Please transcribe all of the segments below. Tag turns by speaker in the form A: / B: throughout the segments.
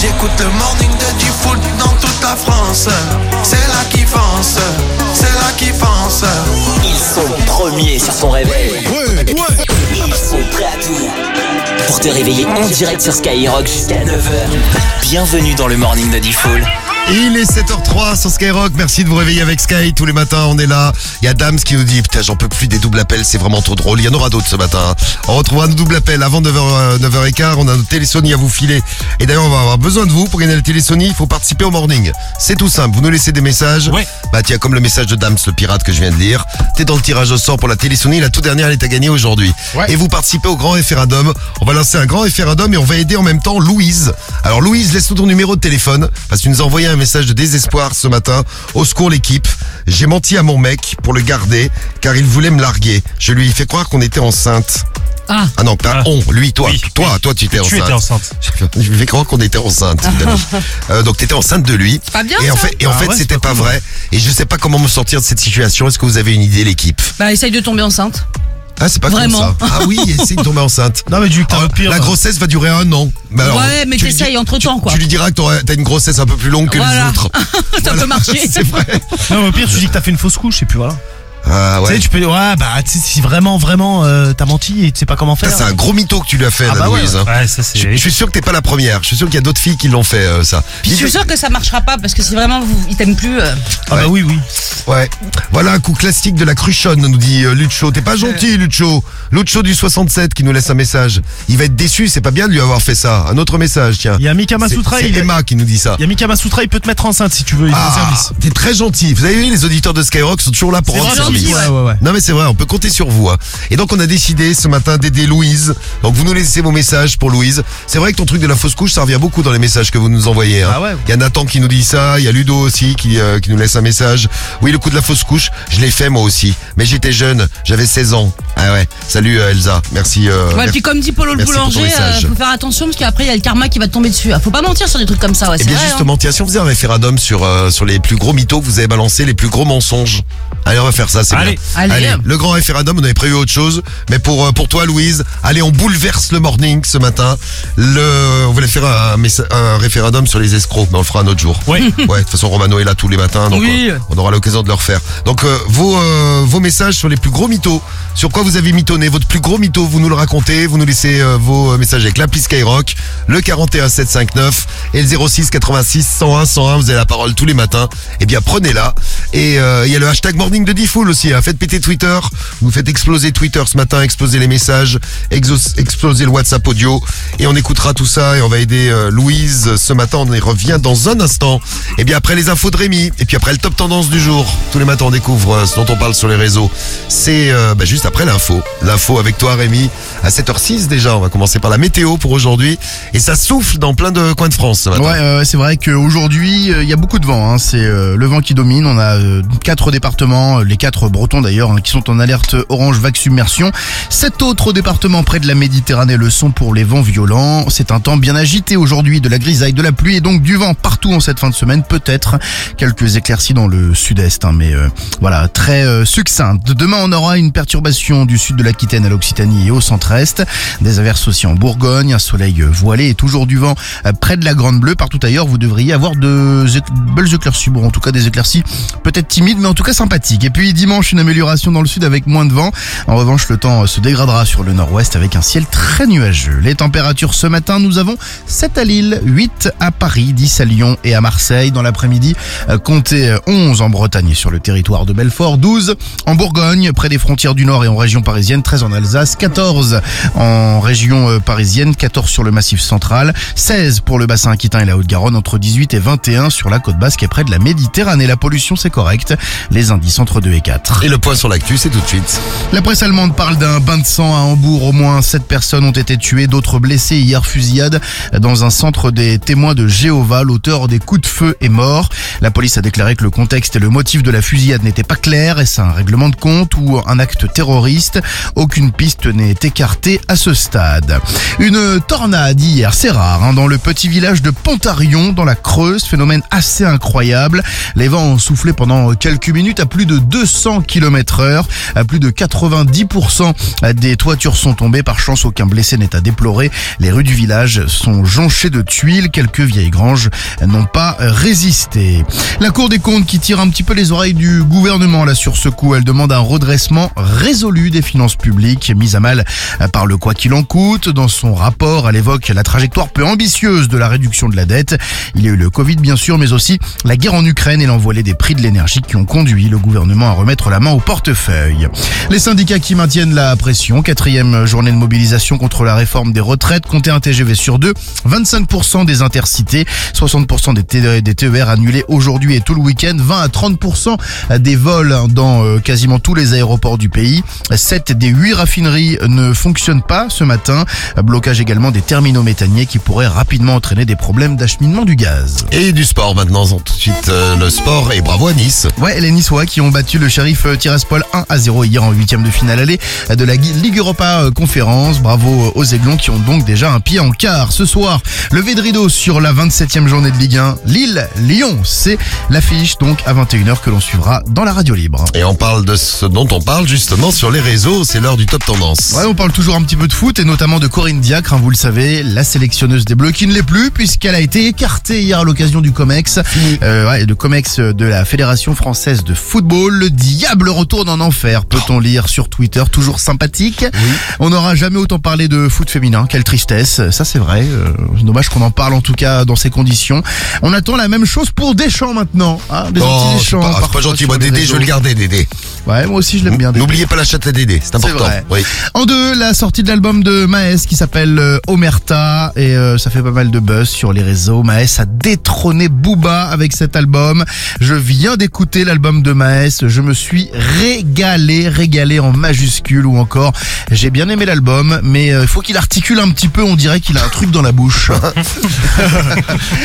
A: J'écoute le morning de G-Foot dans toute la France. C'est là qui fonce, c'est là qui fonce.
B: Ils sont premiers sur ton réveil.
C: Ouais, ouais.
B: Ils sont prêts à tout. Pour te réveiller en direct sur Skyrock jusqu'à 9h. Bienvenue dans le morning de Diffoul.
C: Il est 7h03 sur Skyrock. Merci de vous réveiller avec Sky. Tous les matins, on est là. Il y a Dams qui nous dit Putain, j'en peux plus des doubles appels, c'est vraiment trop drôle. Il y en aura d'autres ce matin. On retrouvera nos doubles appels avant 9h, euh, 9h15. On a nos télésonies à vous filer. Et d'ailleurs, on va avoir besoin de vous pour gagner la télésonies. Il faut participer au morning. C'est tout simple. Vous nous laissez des messages.
D: Ouais.
C: Bah, tiens, comme le message de Dams, le pirate que je viens de lire. T'es dans le tirage au sort pour la télésonnie. La toute dernière, elle est à gagner aujourd'hui.
D: Ouais.
C: Et vous participez au grand référendum. On va lancer un grand référendum et on va aider en même temps Louise. Alors, Louise, laisse-nous ton numéro de téléphone parce que tu nous as envoyé un message de désespoir ce matin. Au secours, l'équipe. J'ai menti à mon mec pour le garder car il voulait me larguer. Je lui ai fait croire qu'on était enceinte.
E: Ah.
C: Ah non, pas
D: Ah.
C: on, lui, toi,
D: Oui,
C: toi,
D: oui.
C: toi, tu étais
D: Tu
C: enceinte.
D: étais enceinte.
C: Je vais croire qu'on était enceinte. évidemment. Euh, donc t'étais enceinte de lui.
E: pas bien,
C: Et en
E: ça.
C: fait, et en
D: Ah
C: fait,
D: ouais, c'est
C: c'était
D: pas
C: pas
D: cool.
C: vrai. Et je sais pas comment me sortir de cette situation. Est-ce que vous avez une idée, l'équipe
E: Bah essaye de tomber enceinte.
C: Ah, c'est pas
E: Vraiment.
C: comme ça. Ah oui, essaye de tomber enceinte.
D: Non, mais du
C: Ah,
D: coup, pire.
C: la grossesse va durer un an. Mais alors,
E: ouais, mais
C: tu lui dis-
E: t'essayes entre temps quoi.
C: Tu lui diras que t'auras- t'as une grossesse un peu plus longue que les
E: Voilà.
C: autres.
E: ça peut marcher.
C: C'est vrai.
D: Non, mais au pire, tu dis que t'as fait une fausse couche et puis voilà.
C: Ah
D: Tu
C: ouais.
D: sais, tu peux dire, ouais, bah, tu sais, si vraiment, vraiment, euh, t'as menti et tu sais pas comment faire.
C: Ça, C'est un gros mytho que tu lui as fait,
D: ah,
C: Anna
D: bah ouais.
C: Louise. hein.
D: Ouais, ça, c'est.
C: Je, je suis sûr que t'es pas la première. Je suis sûr qu'il y a d'autres filles qui l'ont fait, euh, ça.
E: Puis je suis sûre que ça marchera pas parce que si vraiment vous, ils t'aiment plus. euh,
D: Ah, bah oui, oui.
C: Ouais. Voilà un coup classique de la cruchonne, nous dit euh, Lucho. T'es pas gentil, Lucho. Lucho du 67 qui nous laisse un message. Il va être déçu, c'est pas bien de lui avoir fait ça. Un autre message, tiens.
D: Il y a Mika
C: C'est-
D: Masutra,
C: c'est
D: il,
C: Emma qui nous dit ça.
D: il y a Mika Masutra, il peut te mettre enceinte si tu veux, il est
C: Ah,
D: au service.
C: t'es très gentil. Vous avez vu, les auditeurs de Skyrock sont toujours là pour
D: C'est
C: rendre
D: vrai,
C: service.
E: gentil,
D: ouais, ouais, ouais.
C: Non mais c'est vrai, on peut compter sur vous. hein. Et donc on a décidé ce matin d'aider Louise. Donc vous nous laissez vos messages pour Louise. C'est vrai que ton truc de la fausse couche, ça revient beaucoup dans les messages que vous nous envoyez. hein.
D: Ah ouais.
C: Il y a Nathan qui nous dit ça, il y a Ludo aussi qui, euh, qui nous laisse un message. Oui, le coup de la fausse couche, je l'ai fait moi aussi. Mais j'étais jeune, j'avais 16 ans. Ah ouais, salut euh, Elsa, merci. euh,
E: Ouais,
C: merci.
E: puis comme dit Polo le
C: merci pour ton
E: boulanger, euh,
C: message.
E: faut faire attention parce qu'après il y a le karma qui va te tomber dessus. Ah, Faut pas mentir sur des trucs comme ça, ouais,
C: Eh
E: c'est
C: bien
E: vrai. hein.
C: justement, tiens, si on faisait un référendum sur, euh, sur les plus gros mythos que vous avez balancés, les plus gros mensonges. Allez, on va faire ça, c'est bien.
D: Allez.
E: Allez.
C: le grand référendum, on avait prévu autre chose. Mais pour, euh, pour toi, Louise, allez, on bouleverse le morning ce matin. Le, on voulait faire un, messa- un référendum sur les escrocs, mais on le fera un autre jour.
D: Ouais.
C: Ouais, de toute façon, Romano est là tous les matins, donc
E: Oui.
C: euh, on aura l'occasion de le refaire. Donc, euh, vos, euh, vos messages sur les plus gros mythos, sur quoi vous avez mitonné, votre plus gros mytho, vous nous le racontez, vous nous laissez euh, vos euh, messages avec l'appli Skyrock, le 41759 et le 06 86 101 101, vous avez la parole tous les matins. Eh bien, prenez-la. Et euh, il y a le hashtag Morning de Diffoul aussi, hein. faites péter Twitter, vous faites exploser Twitter ce matin, exploser les messages, exos- exploser le WhatsApp audio, et on écoutera tout ça, et on va aider euh, Louise ce matin, on y revient dans un instant. Et bien après les infos de Rémi, et puis après le top tendance du jour, tous les matins on découvre euh, ce dont on parle sur les réseaux, c'est euh, bah, juste après l'info. L'info avec toi Rémi, à 7h06 déjà, on va commencer par la météo pour aujourd'hui, et ça souffle dans plein de coins de France ce matin.
F: Ouais, ouais, ouais, c'est vrai qu'aujourd'hui, euh, il y a beaucoup de vent. hein. C'est euh, le vent qui domine. On a euh, quatre départements, euh, les quatre bretons d'ailleurs, hein, qui sont en alerte orange vague submersion. Sept autres départements près de la Méditerranée le sont pour les vents violents. C'est un temps bien agité aujourd'hui, de la grisaille, de la pluie et donc du vent partout en cette fin de semaine. Peut-être quelques éclaircies dans le sud-est, hein, mais euh, voilà, très euh, succincte. Demain, on aura une perturbation du sud de l'Aquitaine à l'Occitanie et au centre-est. Des averses aussi en Bourgogne, un soleil euh, voilé et toujours du vent euh, près de la Grande Bleue. Partout ailleurs, vous devriez avoir de éc- belles éclaircies. Bon, en tout cas, des éclaircies peut-être timides, mais en tout cas sympathiques. Et puis dimanche, une amélioration dans le sud avec moins de vent. En revanche, le temps euh, se dégradera sur le nord-ouest avec un ciel très nuageux. Les températures ce matin, nous avons 7 à Lille, 8 à Paris, 10 à Lyon et à Marseille. Dans l'après-midi, euh, comptez euh, 11 en Bretagne et sur le territoire de Belfort, 12 en Bourgogne, près des frontières du Nord et en région parisienne, 13 en Alsace, 14 en région euh, parisienne, 14 sur le massif central, 16 pour le bassin aquitain et la Haute-Garonne, entre 18 et 21 sur la côte basque et près de la Méditerranée. La pollution, c'est correct. Les indices entre 2 et 4.
C: Et le point sur l'actu, c'est tout de suite.
F: La presse allemande parle d'un bain de sang à Hambourg. Au moins 7 personnes ont été tuées, d'autres blessées hier fusillade dans un centre des témoins de Jéhovah. L'auteur des coups de feu est mort. La police a déclaré que le contexte et le motif de la fusillade n'étaient pas clairs. Est-ce un règlement de compte ou un acte terroriste Aucune piste n'est écartée à ce stade. Une tornade hier, c'est rare, hein, dans le petit village de Pontarion, dans la Creuse. Phénomène assez incroyable. Les vents ont soufflé pendant quelques minutes à plus de 200 100 km heure. À plus de 90% des toitures sont tombées. Par chance, aucun blessé n'est à déplorer. Les rues du village sont jonchées de tuiles. Quelques vieilles granges n'ont pas résisté. La Cour des comptes qui tire un petit peu les oreilles du gouvernement là sur ce coup, elle demande un redressement résolu des finances publiques mises à mal par le quoi qu'il en coûte. Dans son rapport, elle évoque la trajectoire peu ambitieuse de la réduction de la dette. Il y a eu le Covid bien sûr, mais aussi la guerre en Ukraine et l'envolée des prix de l'énergie qui ont conduit le gouvernement à remettre la main au portefeuille. Les syndicats qui maintiennent la pression, quatrième journée de mobilisation contre la réforme des retraites, comptez un TGV sur deux, 25% des intercités, 60% des, T- des TER annulés aujourd'hui et tout le week-end, 20 à 30% des vols dans euh, quasiment tous les aéroports du pays. 7 des 8 raffineries ne fonctionnent pas ce matin. Blocage également des terminaux méthaniers qui pourraient rapidement entraîner des problèmes d'acheminement du gaz.
C: Et du sport maintenant, tout de suite euh, le sport et bravo à Nice.
F: Ouais, les Niçois qui ont battu le shérif euh, Tiraspol 1 à 0 hier en huitième de finale aller euh, de la Gui- Ligue Europa euh, Conférence. Bravo euh, aux Aiglons qui ont donc déjà un pied en quart. Ce soir, levé de rideau sur la 27e journée de Ligue 1, Lille-Lyon. C'est l'affiche donc à 21h que l'on suivra dans la radio libre.
C: Et on parle de ce dont on parle justement sur les réseaux, c'est l'heure du top tendance.
F: Ouais, on parle toujours un petit peu de foot et notamment de Corinne Diacre, hein, vous le savez, la sélectionneuse des Bleus qui ne l'est plus puisqu'elle a été écartée hier à l'occasion du Comex, euh, ouais, le Comex de la Fédération française de football. Le diable retourne en enfer, peut-on lire sur Twitter, toujours sympathique. On n'aura jamais autant parlé de foot féminin, quelle tristesse, ça c'est vrai. euh, dommage qu'on en parle en tout cas dans ces conditions. On attend la même chose pour Deschamps maintenant, hein, des
C: Oh,
F: anti
C: c'est
F: Deschamps.
C: pas, c'est
F: parfois
C: pas gentil,
F: sur
C: moi
F: les
C: Dédé, je
F: réseaux.
C: vais le garder, Dédé.
F: Ouais, moi aussi je l'aime bien. Dédé.
C: N'oubliez pas la chatte à Dédé, c'est important.
F: vrai.
C: Oui.
F: En deux, la sortie de l'album de Maes qui s'appelle euh, Omerta et euh, ça fait pas mal de buzz sur les réseaux. Maes a détrôné Booba avec cet album. Je viens d'écouter l'album de Maes, je me suis régalé, régalé en majuscule ou encore j'ai bien aimé l'album, mais euh, il faut qu'il articule un petit peu, on dirait qu'il a un truc dans la bouche.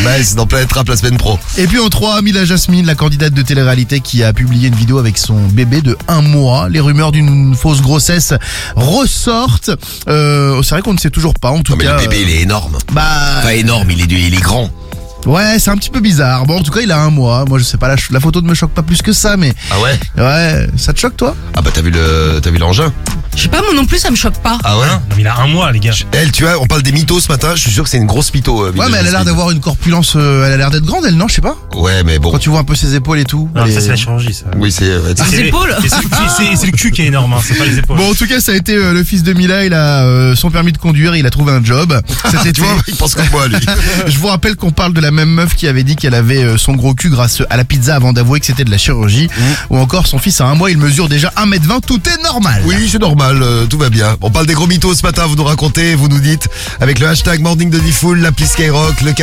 C: Bah, c'est dans Planète Rap la semaine pro.
F: Et puis en 3, Mila Jasmine, la candidate de télé-réalité qui a publié une vidéo avec son bébé de un mois. Les rumeurs d'une fausse grossesse ressortent. Euh, c'est vrai qu'on ne sait toujours pas en tout
C: Non, Ah, mais
F: cas.
C: le bébé, il est énorme.
F: euh, bah
C: Pas énorme, il est, du- il est grand.
F: ouais, c'est un petit peu bizarre. Bon, en tout cas, il a un mois. Moi, je sais pas, la, ch- la photo ne me choque pas plus que ça, mais
C: Ah ouais
F: ouais, ça te choque toi
C: Ah bah t'as vu le t'as vu l'engin
E: Je sais pas, moi non plus, ça me choque pas.
C: Ah ouais
D: Non, mais il a un mois, les gars.
C: Elle, tu vois, on parle des mythos ce matin, je suis sûr que c'est une grosse mytho. euh,
F: Ouais,
C: Mila
F: mais elle a l'air
C: Jasmine.
F: d'avoir une corpulence. euh, elle a l'air d'être grande, elle non, je sais pas.
C: Ouais, mais bon.
F: Quand tu vois un peu ses épaules et tout.
D: Non,
F: elle
D: ça,
F: est-
D: c'est la chirurgie, ça. Ah,
C: Oui, c'est. euh,
D: C'est-
E: épaules
D: et c'est le cul- C'est c'est le cul qui est énorme, hein, c'est pas les épaules.
F: Bon, en tout cas, ça a été euh, le fils de Mila. Il a euh, son permis de conduire, il a trouvé un job. Cet été,
C: tu vois, il pense comme moi, lui.
F: Je vous rappelle qu'on parle de la même meuf qui avait dit qu'elle avait euh, son gros cul grâce à la pizza avant d'avouer que c'était de la chirurgie.
D: Mm.
F: Ou encore son fils à un mois, il mesure déjà 1m20, tout est normal.
C: Oui, c'est normal, euh, tout va bien. On parle des gros mythos ce matin, vous nous racontez, vous nous dites, avec le hashtag Morning de Diffoul, l'appli Skyrock, le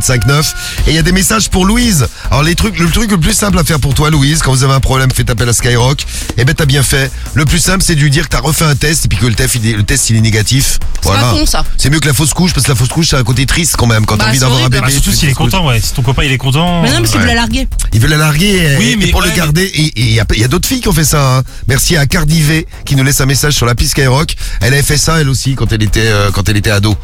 C: 41759. Et il y a des messages pour Louise. Alors les trucs, le truc le plus simple à faire pour toi, Louise, quand vous avez un problème, faites appel à Skyrock. Eh ben t'as bien fait. Le plus simple, c'est de lui dire que t'as refait un test et puis que le test, il est, le test, il est négatif.
E: C'est pas con, ça.
C: C'est mieux que la fausse couche parce que la fausse couche, c'est un côté triste quand même. Quand
E: Bah,
C: t'as envie
E: c'est
C: d'avoir un
E: horrible.
C: bébé,
D: Ah, surtout
C: tu fais
D: s'il est
C: une fausse couche.
D: content, ouais. Si ton copain il est content.
E: Mais non, mais c'est
D: euh,
E: de
D: ouais.
E: la larguer.
C: Il veut la larguer. euh,
D: Oui,
C: et
D: mais
C: pour le
D: ouais,
C: garder, et il y a, y a d'autres filles qui ont fait ça. hein. Merci à Cardi V qui nous laisse un message sur la piste Skyrock. Elle avait fait ça elle aussi quand elle était euh, quand elle était ado.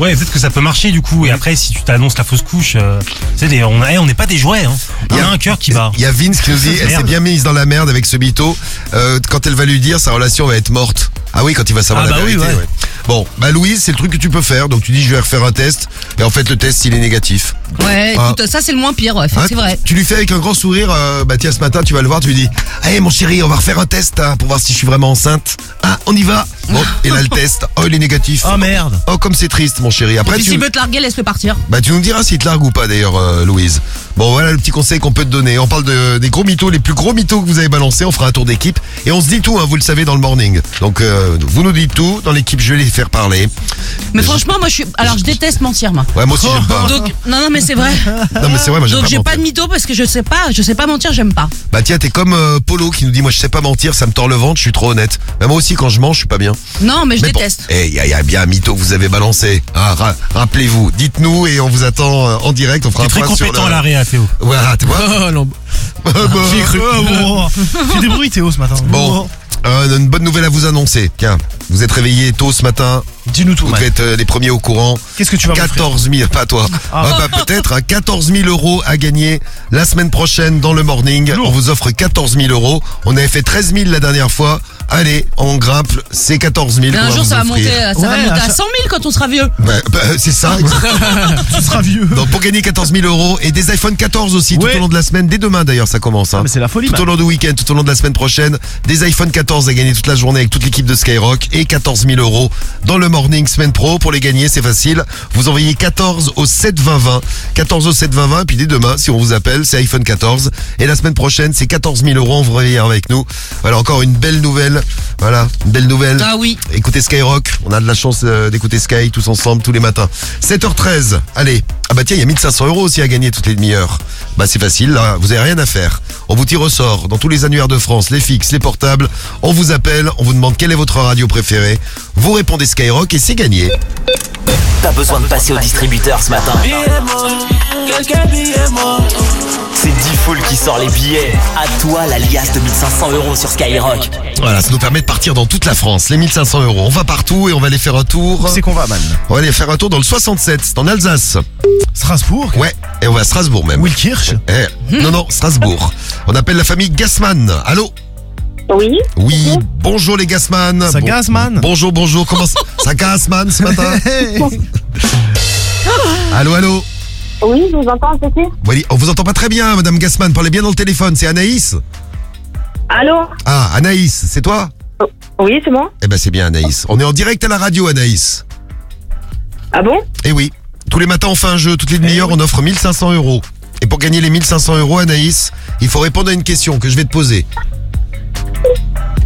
D: Ouais, peut-être que ça peut marcher du coup. Et après, si tu t'annonces la fausse couche, euh, tu sais, les- on eh, on n'est pas des jouets. Hein. Il y a un cœur qui bat.
C: Il y a Vince qui nous dit eh, elle s'est
D: Merde.
C: bien mise dans la merde avec ce mytho. Euh, quand elle va lui dire sa relation va être morte. Ah oui, quand il va savoir
D: Ah
C: la
D: bah oui,
C: vérité.
D: ouais.
C: ouais. Bon, bah Louise, c'est le truc que tu peux faire. Donc tu dis je vais refaire un test et en fait le test il est négatif.
E: Ouais,
C: Ah.
E: écoute, ça c'est le moins pire, ouais,
C: Hein,
E: c'est vrai.
C: Tu lui fais avec un grand sourire, euh, bah tiens ce matin tu vas le voir, tu lui dis Allez mon chéri, on va refaire un test hein, pour voir si je suis vraiment enceinte. Ah on y va Bon, et là le test, oh il est négatif.
D: Oh merde.
C: Oh comme c'est triste mon chéri. Après
E: Et puis
C: tu,
E: s'il veut te larguer, laisse-le partir.
C: bah, tu nous diras s'il te largue ou pas d'ailleurs euh, Louise. Bon voilà le petit conseil qu'on peut te donner. On parle de, des gros mythos, les plus gros mythos que vous avez balancés, on fera un tour d'équipe et on se dit tout, hein, vous le savez dans le morning. Donc euh, vous nous dites tout, dans l'équipe je vais les faire parler.
E: Mais franchement, moi je suis. Alors je déteste mentir, moi.
C: Ouais moi aussi j'aime pas.
E: Donc, non, non, mais c'est vrai.
C: Non mais c'est vrai moi j'aime
E: Donc
C: pas.
E: j'ai pas
C: mentir.
E: de mytho parce que je sais pas, je sais pas mentir, j'aime pas.
C: Bah tiens t'es comme euh, Polo qui nous dit moi je sais pas mentir, ça me tord le ventre, je suis trop honnête. Bah, moi aussi quand je mens je suis pas bien.
E: Non, mais je
C: Mais bon,
E: déteste.
C: Eh, il y, a- il y a bien un mytho que vous avez balancé. hein, ra- Rappelez-vous, dites-nous et on vous attend euh, en direct. On fera
D: T'es
C: un
D: très
C: point sur
D: compétent à
C: le-
D: l'arrêt, à Théo. Oh,
C: Ouais, tu vois.
F: Oh, Ah,
C: Bah, bah,
D: Ah, J'ai cru. Oh, bon. Fais des bruits, Théo, ce matin.
C: Bon, euh, une bonne nouvelle à vous annoncer. Tiens, vous êtes réveillé tôt ce matin.
D: Dis-nous tout,
C: Vous
D: Matt.
C: devez être euh, les premiers au courant.
D: Qu'est-ce que tu vas m'offrir
C: 14 000, pas toi.
D: Ah.
C: Ah bah, peut-être, hein, 14 000 euros à gagner la semaine prochaine dans le morning.
D: Lourd.
C: On vous offre 14 000 euros. On avait fait 13 000 la dernière fois. Allez, on grimpe, c'est 14 000.
E: Mais
C: qu'on
E: un
C: va
E: jour,
C: vous
E: ça va
C: offrir.
E: monter, euh, ça va
D: Ouais,
E: monter à
D: un
E: 100 000 quand on sera vieux.
C: Bah, bah, c'est ça. exactement.
D: Tu seras vieux.
C: Donc pour gagner 14 000 euros et des iPhone 14 aussi
D: Ouais. Ah,
C: tout au long de la semaine, dès demain d'ailleurs ça commence. hein.
D: mais c'est la folie,
C: Tout au long du week-end, tout au long de la semaine prochaine, des iPhone 14 à gagner toute la journée avec toute l'équipe de Skyrock et 14 000 euros dans le morning semaine pro. Pour les gagner, c'est facile. Vous envoyez 14 au 7 20 20, 14 au 7 20 20. Puis dès demain, si on vous appelle, c'est iPhone 14 et la semaine prochaine, c'est 14 000 euros. On vous réveille avec nous. Voilà encore une belle nouvelle. Voilà, une belle nouvelle.
E: Ah oui.
C: Écoutez Skyrock, on a de la chance euh, d'écouter Sky tous ensemble tous les matins. 7h13, allez. Ah bah tiens, il y a 1500 euros aussi à gagner toutes les demi-heures. Bah c'est facile, là, vous avez rien à faire. On vous tire au sort dans tous les annuaires de France, les fixes, les portables. On vous appelle, on vous demande quelle est votre radio préférée. Vous répondez Skyrock et c'est gagné.
B: Pas besoin de passer au distributeur ce matin. C'est Diffoul qui sort les billets. À toi la liasse de 1500 euros sur Skyrock.
C: Voilà, ça nous permet de partir dans toute la France, les 1500 euros. On va partout et on va les faire un tour.
F: C'est qu'on va, man.
C: On va les faire un tour dans le 67, c'est en Alsace.
F: Strasbourg Hmm.
C: Ouais, et on va à Strasbourg même.
F: Wilkirch
C: Eh, non, non, Strasbourg. On appelle la famille Gassman. Allô
G: Oui,
C: Oui, bonjour les Gassman.
F: Ça Gassman
C: Bonjour, bonjour, comment ça ça Gassman ce matin Allô, allô
G: oui, je vous entends, c'est
C: Voilà, On vous entend pas très bien, madame Gassman, parlez bien dans le téléphone, c'est Anaïs
G: Allô
C: Ah, Anaïs, c'est toi
G: Oui, c'est moi
C: Eh ben c'est bien Anaïs. On est en direct à la radio Anaïs.
G: Ah bon
C: Eh oui, tous les matins on fait un jeu, toutes les demi-heures on offre 1500 euros. Et pour gagner les 1500 euros Anaïs, il faut répondre à une question que je vais te poser.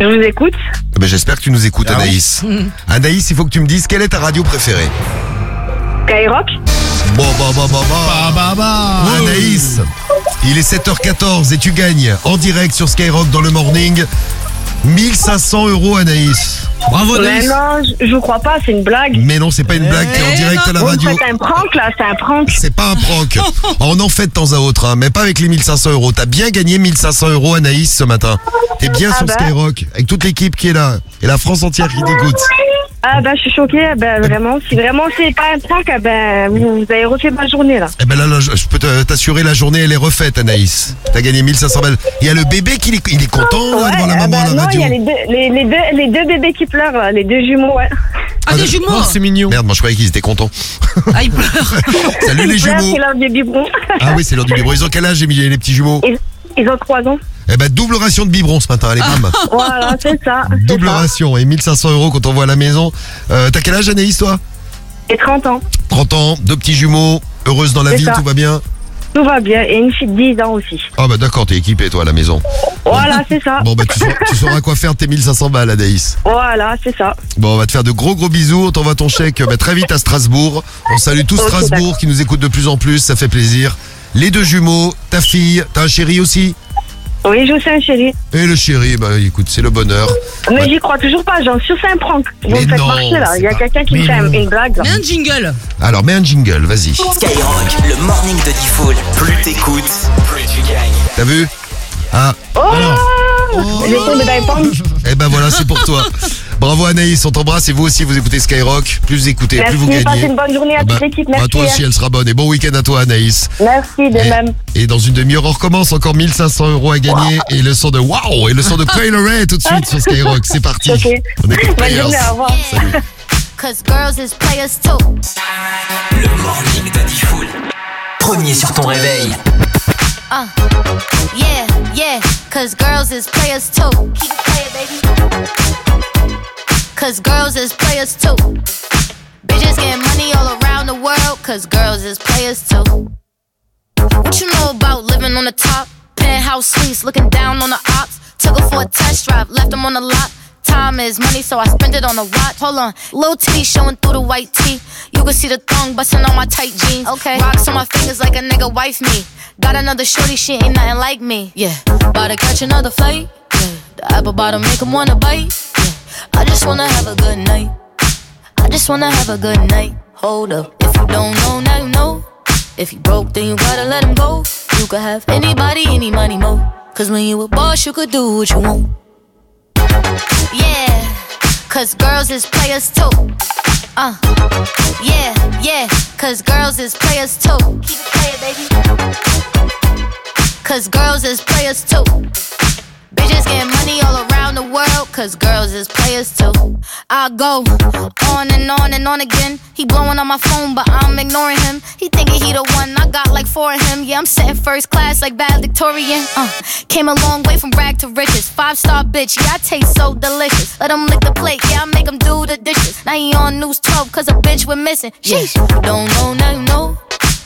G: Je vous écoute.
C: Eh ben, J'espère que tu nous écoutes
F: Ah oui.
C: Anaïs. Anaïs, il faut que tu me dises quelle est ta radio préférée
G: Skyrock
C: Bon, bon, bon, bon, bon.
F: Bah bah bah
C: Anaïs, il est 7h14 et tu gagnes en direct sur Skyrock dans le morning 1500 euros Anaïs. Bravo
G: Mais non, je, je vous crois pas, c'est une blague.
C: Mais non, c'est pas une blague, t'es en
E: Eh
C: direct à la
G: Vous me
C: radio.
G: faites un prank là, c'est un prank.
C: C'est pas un prank. On en fait de temps à autre, hein, mais pas avec les 1500 euros. T'as bien gagné 1500 euros Anaïs ce matin. T'es bien
G: Ah
C: sur
G: bah.
C: Skyrock avec toute l'équipe qui est là et la France entière qui t'écoute.
G: Ah bah je suis choquée, ben vraiment. Si vraiment c'est pas un prank, ah ben vous, vous avez refait ma journée là.
C: Eh ben là, là, je je peux te- t'assurer, la journée elle est refaite Anaïs. T'as gagné 1500 balles. Il y a le bébé qui est, il est content hein, de voir la
G: ah
C: maman
G: bah,
C: à la
G: non, il
C: radio.
G: y a les deux, les, les deux, les deux bébés qui pleurent là, les deux jumeaux, ouais.
E: Ah, des jumeaux.
H: Oh,
F: mignon
C: Merde, moi je croyais qu'ils étaient contents.
E: Ah, il pleure.
C: Salut les
G: Ils pleurent,
C: jumeaux
G: C'est l'heure du biberon.
C: Ah oui, c'est l'heure du biberon. Ils ont quel âge, Émilie, les petits jumeaux
G: Ils, ils ont trois ans.
C: Eh ben, double ration de biberon ce matin, allez,
E: Ah.
C: bam
G: Voilà, c'est ça. c'est
C: Double
G: ça.
C: ration et 1500 euros quand on voit à la maison. Euh, T'as quel âge, Anaïs, toi
G: Et 30 ans.
C: 30 ans, deux petits jumeaux, heureuse dans la
G: C'est
C: vie,
G: ça.
C: tout va bien
G: Tout va bien. Et une fille de 10 ans aussi.
C: Ah bah d'accord, t'es équipée, toi, à la maison.
G: Voilà, c'est ça.
C: Bon, bah tu sauras, tu sauras quoi faire de tes 1500 balles, Anaïs.
G: Voilà, c'est ça.
C: Bon, on va te faire de gros gros bisous, on t'envoie ton chèque euh, bah, très vite à Strasbourg. On salue tous
G: Ok,
C: Strasbourg qui nous écoute de plus en plus, ça fait plaisir. Les deux jumeaux, ta fille, t'as un chéri aussi
G: Oui, je sais, chérie.
C: Et le chéri, bah écoute, c'est le bonheur.
G: Mais
C: Ouais.
G: j'y crois toujours pas, j'en suis sûr, c'est un prank. Vous
C: Mais
G: me faites
C: non,
G: marcher là, il y a
C: c'est
G: quelqu'un qui
F: Mais
G: me fait un-
F: non.
G: une blague. là.
E: Mais un jingle.
C: Alors, mets un jingle, vas-y.
B: Skyrock, le morning de Diffoul. Plus t'écoutes, plus tu gagnes.
C: T'as vu Ah,
G: Oh J'ai tombé dans les pommes.
C: eh ben voilà, c'est pour toi. Bravo Anaïs, on t'embrasse et vous aussi, vous écoutez Skyrock. Plus vous écoutez, plus vous
G: Merci,
C: gagnez.
G: passez une bonne journée à
C: Ah bah,
G: toute l'équipe,
C: bah,
G: merci. hein.
C: toi aussi, elle sera bonne. Et bon week-end à toi, Anaïs.
G: Merci de
C: Et-
G: même.
C: Et, dans une demi-heure, on recommence. Encore 1500 euros à gagner. Et le son de Waouh Et le son de Taylor Ray tout de suite sur Skyrock. C'est parti.
G: Ok.
C: On écoute
G: Bonne
C: Players.
G: journée, au revoir.
C: Salut.
I: Cause girls is players too.
B: Le morning de Diffoul. Premier sur ton réveil.
I: Uh, yeah, yeah. Cause girls is players too. Keep it playing, baby. Cause girls is players too. Bitches getting money all around the world. Cause girls is players too. What you know about living on the top? Penthouse suites, looking down on the ops. Took her for a test drive, left them on the lot. Time is money, so I spend it on the watch. Hold on, little T showing through the white tee. You can see the thong busting on my tight jeans. Okay, rocks on my fingers like a nigga wife me. Got another shorty, she ain't nothing like me. Yeah, about to catch another flight. Yeah, the apple bottom make 'em wanna bite. Yeah, I just wanna have a good night. I just wanna have a good night. Hold up, if you don't know, now you know. If you broke, then you gotta let him go. You could have anybody, any money, mo. Cause when you a boss, you could do what you want. Yeah, cause girls is players too. Uh, yeah, yeah, cause girls is players too. Keep it playing, baby. Cause girls is players too. Bitches getting money all around the world, cause girls is players too. I go on and on and on again. He blowing on my phone, but I'm ignoring him. He thinking he the one, I got like four of him. Yeah, I'm sitting first class like bad Victorian. Uh, came a long way from rag to riches. Five star bitch, yeah, I taste so delicious. Let him lick the plate, yeah, I make him do the dishes. Now he on news 12, cause a bitch we're missing. Sheesh, you don't know, now you know.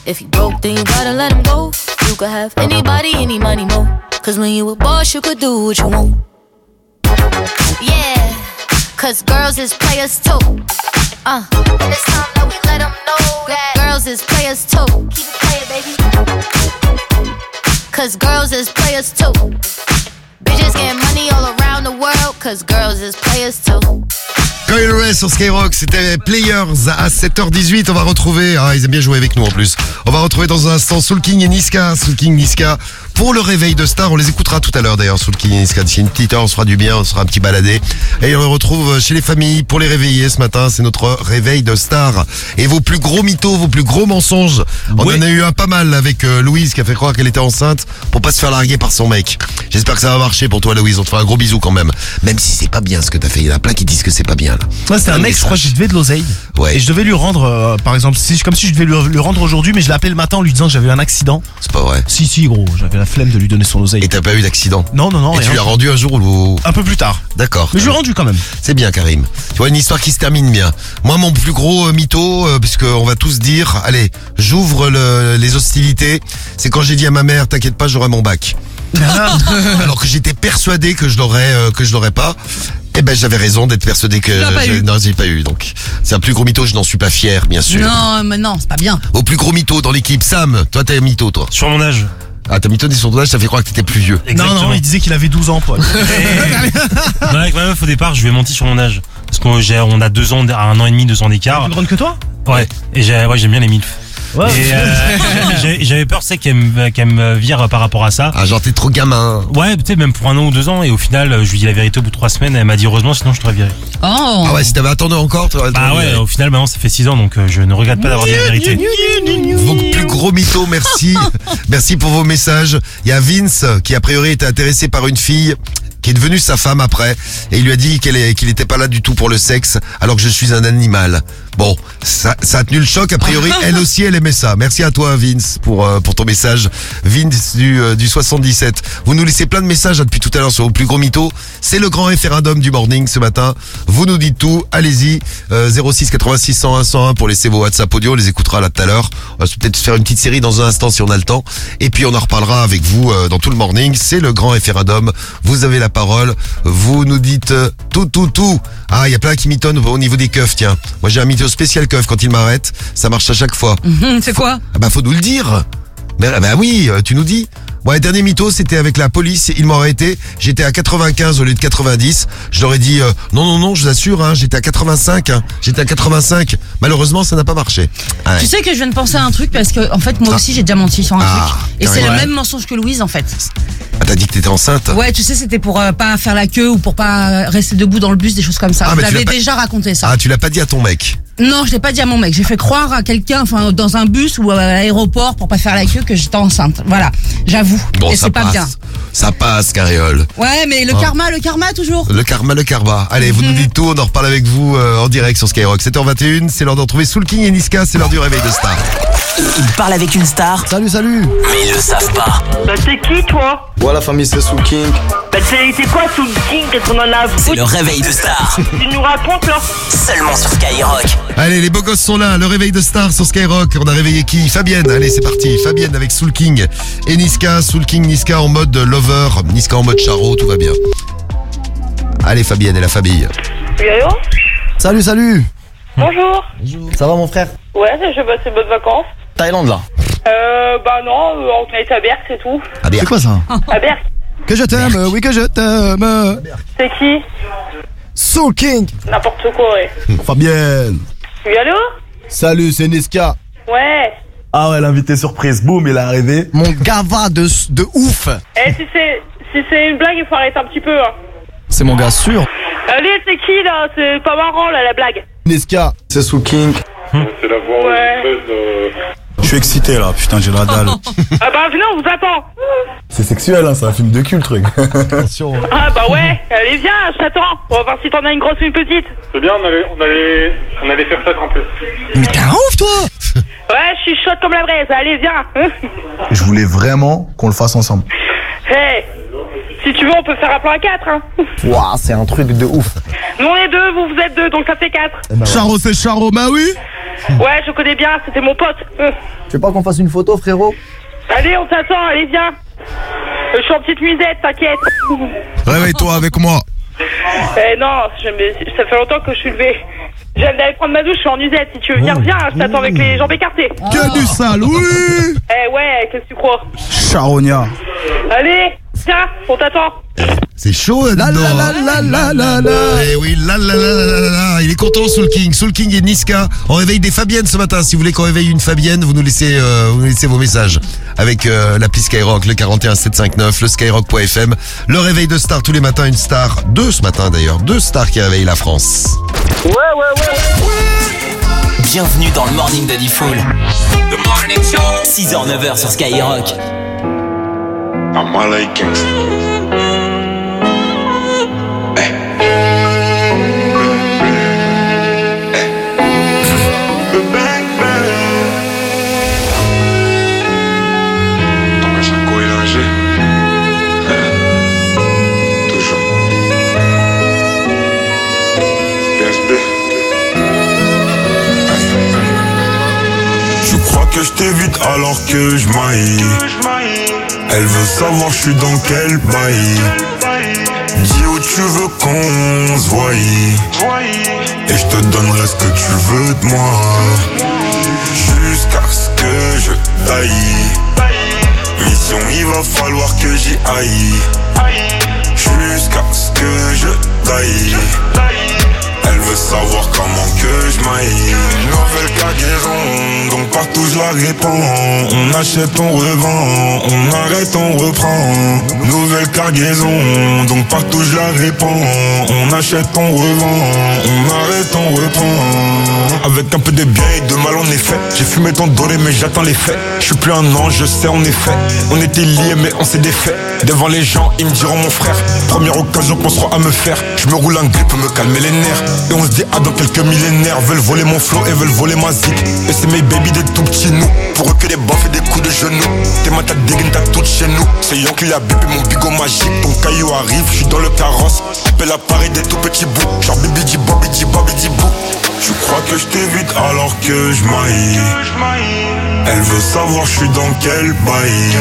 I: If you broke, then you gotta let him go. You could have anybody, any money, mo. Cause when you a boss, you could do what you want. Yeah, cause girls is players too. Uh, and it's time that we let 'em know that girls is players too. Keep it playing, baby. Cause girls is players too. Bitches getting money all around the world, cause girls is players too.
C: Coil Ray sur Skyrock, c'était Players à 7h18. On va retrouver, ah, ils aiment bien jouer avec nous en plus. On va retrouver dans un instant Soul King et Niska. Soul King, Niska pour le réveil de star. On les écoutera tout à l'heure d'ailleurs, Soul King et Niska. D'ici une petite heure, on sera du bien, on sera un petit baladé. Et on les retrouve chez les familles pour les réveiller ce matin. C'est notre réveil de star. Et vos plus gros mythos, vos plus gros mensonges. On
D: Ouais.
C: en a eu un pas mal avec euh, Louise qui a fait croire qu'elle était enceinte pour pas se faire larguer par son mec. J'espère que ça va marcher pour toi, Louise. On te fait un gros bisou quand même. Même si c'est pas bien ce que t'as fait. Il y en a plein qui disent que c'est pas bien là.
J: Moi, c'était un mec, je crois que je devais de l'oseille.
C: Ouais.
J: Et je devais lui rendre, euh, par exemple, si, comme si je devais lui, lui rendre aujourd'hui, mais je l'ai appelé le matin en lui disant que j'avais eu un accident.
C: C'est pas vrai.
J: Si, si, gros, j'avais la flemme de lui donner son oseille.
C: Et t'as pas eu d'accident.
J: Non, non, non,
C: Et tu
J: rien.
C: l'as rendu un jour ou
J: Un peu plus tard.
C: D'accord.
J: Mais je l'ai rendu quand même.
C: C'est bien, Karim. Tu vois, une histoire qui se termine bien. Moi, mon plus gros euh, mytho, euh, parce qu'on va tous dire, allez, j'ouvre le- les hostilités, c'est quand j'ai dit à ma mère, t'inquiète pas, j'aurai mon bac.
J: Ah.
C: Alors que j'étais persuadé que je l'aurais, euh, que je l'aurais pas. Eh ben, j'avais raison d'être persuadé que
E: l'as pas
C: je-
E: eu.
C: non, j'ai pas eu. Donc, c'est un plus gros mytho. Je n'en suis pas fier, bien sûr.
E: Non, mais non, c'est pas bien.
C: Au plus gros mytho dans l'équipe, Sam. Toi, t'es un mytho, toi.
D: Sur mon âge.
C: Ah, t'as mytho des sondages, ça fait croire que t'étais plus vieux.
J: Non, non, il disait qu'il avait 12 ans, quoi.
D: Non, avec ma meuf au départ, je lui ai menti sur mon âge. Parce qu'on j'ai- on a deux ans, un an et demi, deux ans d'écart.
J: Plus grande que toi
D: Ouais. Et j'ai- ouais, j'aime bien les milfs. Et, euh, j'ai- j'avais peur, c'est qu'elle me, qu'elle me vire par rapport à ça.
C: Ah, genre, t'es trop gamin.
D: Ouais, peut-être même pour un an ou deux ans. Et au final, euh, je lui dis la vérité au bout de trois semaines. Elle m'a dit heureusement, sinon je t'aurais viré.
E: Oh.
C: Ah ouais, si t'avais attendu encore, t'aurais
D: Bah
C: t'aurais-
D: ouais, au final, maintenant, ça fait six ans, donc euh, je ne regrette pas d'avoir dit la vérité.
C: Vos
A: Oh.
C: plus gros mythos, merci. merci pour vos messages. Il y a Vince qui a priori était intéressé par une fille qui est devenue sa femme après et il lui a dit qu'elle est- qu'il n'était pas là du tout pour le sexe alors que je suis un animal. Bon, ça, ça a tenu le choc. A priori, elle aussi, elle aimait ça. Merci à toi, Vince, pour, euh, pour ton message. Vince du, euh, du 77. Vous nous laissez plein de messages hein, depuis tout à l'heure sur vos plus gros mythos. C'est le grand référendum du morning ce matin. Vous nous dites tout. Allez-y. Euh, 06 86 101 101 pour laisser vos WhatsApp audio. On les écoutera là tout à l'heure. On va se- peut-être se faire une petite série dans un instant si on a le temps. Et puis on en reparlera avec vous euh, dans tout le morning. C'est le grand référendum. Vous avez la parole. Vous nous dites euh, tout, tout, tout. Ah, il y a plein qui mitonnent au niveau des keufs, tiens. Moi j'ai un mytho spécial keuf quand il m'arrête. Ça marche à chaque fois.
E: Hum, C'est quoi
C: Ah bah faut nous le dire. Mais ah bah oui, euh, tu nous dis. Moi, le dernier mytho, c'était avec la police. Il m'aurait été. J'étais à 95 au lieu de 90. Je leur ai dit euh, non, non, non, je vous assure, hein, j'étais à 85. hein, j'étais à 85. Malheureusement, ça n'a pas marché. Ah Ouais.
E: Tu sais que je viens de penser à un truc parce que en fait moi aussi j'ai déjà menti sur un
C: Ah,
E: truc et c'est
C: carrément.
E: le
C: Ouais.
E: même mensonge que Louise en fait.
C: Ah, t'as dit que t'étais enceinte.
E: Ouais, tu sais c'était pour euh, pas faire la queue ou pour pas rester debout dans le bus des choses comme ça.
C: Ah,
E: je
C: mais tu
E: l'avais
C: l'as pas-
E: déjà raconté ça.
C: Ah, tu l'as pas dit à ton mec.
E: Non, je l'ai pas dit à mon mec. J'ai fait croire à quelqu'un enfin dans un bus ou à l'aéroport pour pas faire la queue que j'étais enceinte. Voilà, j'avoue. et
C: ça
E: c'est pas
C: passe. Ah.
E: bien.
C: Ça passe, Carriole.
E: Ouais, mais le karma, Mhm. le karma toujours.
C: Le karma, le karma. Allez, vous nous dites tout, on en reparle avec vous euh, en direct sur Skyrock. 7h21, c'est l'heure d'en trouver Soul King et Niska, c'est l'heure du réveil de Star.
B: Ils parlent avec une star,
C: Salut, salut
B: mais ils le savent pas.
G: Bah t'es qui toi
K: Voilà famille, c'est Soul King.
G: Bah t'es t'es quoi sous le king Qu'est-ce qu'on en a à
B: C'est
G: foutre
B: le réveil de star,
G: Tu nous racontes là
B: seulement sur Skyrock.
C: Allez, les beaux gosses sont là, le réveil de Star sur Skyrock. On a réveillé qui Fabienne, allez, c'est parti. Fabienne avec Soul King et Niska. Soul King, Niska en mode lover, Niska en mode charo, tout va bien. Allez, Fabienne et la famille.
G: Yo
K: Salut, salut
B: Hmm.
G: Bonjour
K: Ça va mon frère
G: Ouais, j'ai passé bonnes vacances.
K: Thaïlande là.
G: Euh, bah non, euh, on est à Berck, c'est tout.
C: Ah bien.
F: C'est quoi ça
G: À Berck,
F: Que je t'aime, oui que je t'aime.
G: c'est qui
K: Soul King
G: N'importe quoi, ouais.
K: Fabienne
G: Oui, allô
K: Salut, c'est Niska.
G: Ouais.
K: Ah ouais, l'invité surprise, boum, il est arrivé.
F: Mon gars va de, de ouf.
G: Eh, si c'est si c'est une blague, il faut arrêter un petit peu. Hein. Euh,
K: C'est mon gars sûr.
G: Allez, c'est qui là C'est pas marrant là la blague.
K: Nesca. C'est Souking.
L: C'est la voix espèce
K: Je suis excité là, putain, j'ai la dalle.
H: Ah bah venez, on vous attend.
K: C'est sexuel, hein, c'est un film de cul, le truc. Attention.
H: Ah bah ouais, allez viens, je t'attends. On va voir si t'en as une grosse ou une petite.
L: C'est bien, on allait, on, allait, on allait faire ça en plus.
H: Mais t'es un ouf toi Ouais, je suis chaude comme la braise, allez viens.
K: Je voulais vraiment qu'on le fasse ensemble.
H: Hé, si tu veux, on peut faire un plan à 4. Hein.
K: Waouh, c'est un truc de ouf.
H: Nous on est deux, vous vous êtes deux, donc ça fait 4.
K: Charo, c'est Charo, bah oui.
H: Ouais, je connais bien, c'était mon pote. Euh.
K: Tu veux pas qu'on fasse une photo, frérot
H: Allez, on t'attend, allez viens. Euh, Je suis en petite musette, t'inquiète.
C: Réveille-toi avec moi.
H: Eh non, je me- ça fait longtemps que je suis levée. Je viens d'aller prendre ma douche, je suis en usette. Si tu veux venir, viens, je t'attends avec les jambes écartées.
K: Oh, Que du sale, oui
H: Eh ouais, qu'est-ce que tu crois
K: Charognat.
H: Allez, tiens, on t'attend.
C: C'est chaud, là, dedans. Eh oui, la la la la la la la. Il est content, Soul King. Soul King et Niska. On réveille des Fabiennes ce matin. Si vous voulez qu'on réveille une Fabienne, vous nous laissez, euh, vous nous laissez vos messages avec euh, l'appli Skyrock, le 41759, le skyrock.fm. Le réveil de star tous les matins, une star. Deux ce matin d'ailleurs. Deux stars qui réveillent la France.
B: Ouais, ouais, ouais, Bienvenue dans le morning de Diffoul. 6h, 9h sur Skyrock.
L: I'm Malay Kings.
M: Tu crois que je t'évite alors que je maille Elle veut savoir je suis dans quel bail Dis où tu veux qu'on se voie Et je te donnerai ce que tu veux de moi Jusqu'à ce que je taille Mission il va falloir que j'y aille Jusqu'à ce que je taille elle veut savoir comment que je maille Nouvelle cargaison, donc partout je la répands On achète, on revend, on arrête, on reprend Nouvelle cargaison, donc partout je la répands On achète, on revend, on arrête, on reprend Avec un peu de bien et de mal en effet J'ai fumé tant doré mais j'attends les faits Je suis plus un ange, je sais en effet On était liés mais on s'est défait Devant les gens ils me diront mon frère Première occasion qu'on se croit à me faire Je me roule un grip pour me calmer les nerfs Et on se dit ah dans quelques millénaires Veulent voler mon flow et veulent voler ma zik Et c'est mes baby des tout petits nous Pour eux que des baffes et des coups de genoux T'es ma tête dégaine t'as tout chez nous C'est Yon qui l'a bébé mon bigot magique Ton caillou arrive je suis dans le carrosse Appelle la Paris des tout petits bouts Genre bibi di bob di bob di bou Tu crois que je t'évite alors que je maille elle veut savoir je suis dans quel bail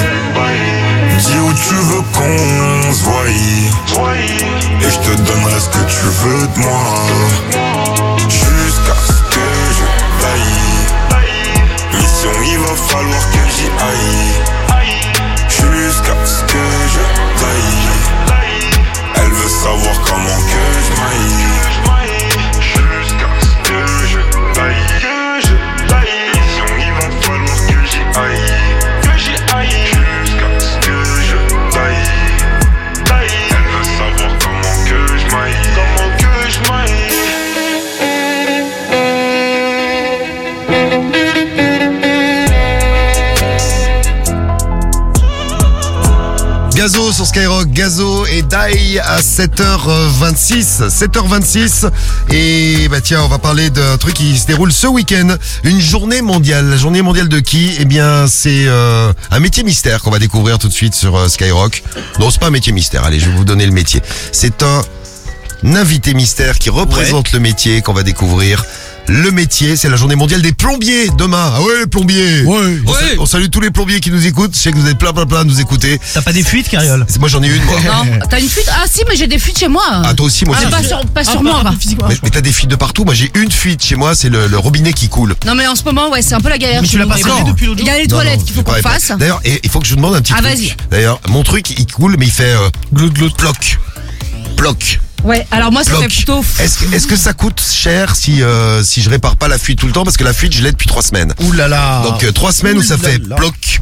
M: Dis où tu veux qu'on se voie Et je te donnerai ce que tu veux de moi Jusqu'à ce que je taille Mission il va falloir que j'y aille Jusqu'à ce que je taille Elle veut savoir comment que je maille Jusqu'à ce que je taille Que je taille Mission il va falloir que j'y aille Que j'y aille Jusqu'à ce que je taille Taille Elle veut savoir comment que je maille Comment que je
C: Gazo sur Skyrock, Gazo et Dai à 7h26. 7h26. Et bah tiens, on va parler d'un truc qui se déroule ce week-end. Une journée mondiale. La journée mondiale de qui Eh bien, c'est euh, un métier mystère qu'on va découvrir tout de suite sur euh, Skyrock. Non, c'est pas un métier mystère. Allez, je vais vous donner le métier. C'est un invité mystère qui représente le métier qu'on va découvrir. Le métier, c'est la journée mondiale des plombiers demain. Ah ouais, les plombiers. On, sa- on salue tous les plombiers qui nous écoutent. Je sais que vous êtes plein, plein, plein à nous écouter. T'as pas des fuites, Cariole Moi, j'en ai une, moi.
E: Non, t'as une fuite Ah si, mais j'ai des fuites chez moi.
C: Ah, toi aussi, moi
E: Mais
C: aussi.
E: pas sur, pas sur
C: Ah,
E: moi. bah.
C: Mais, mais t'as des fuites de partout. Moi, j'ai une fuite chez moi, c'est le, le robinet qui coule.
E: Non mais en ce moment, ouais, c'est un peu la galère.
C: Mais tu
E: chez
C: l'as
E: nous.
C: pas scellé depuis l'autre
E: Il y a les
C: Non,
E: toilettes
C: non,
E: qu'il faut qu'on
C: ouais,
E: fasse.
C: D'ailleurs, et- il faut que je vous demande un petit
E: Ah,
C: truc.
E: vas-y.
C: D'ailleurs, mon truc, il coule, mais il fait euh, glout glout ploc. Ploc.
E: Ouais, alors moi, ça
C: Ploc.
E: fait plutôt.
C: Est-ce que, est-ce que ça coûte cher si euh, si je répare pas la fuite tout le temps parce que la fuite je l'ai depuis trois semaines.
F: Ouh là là.
C: Donc euh, trois semaines où ça
F: Ouh là
C: fait
F: là.
C: ploc.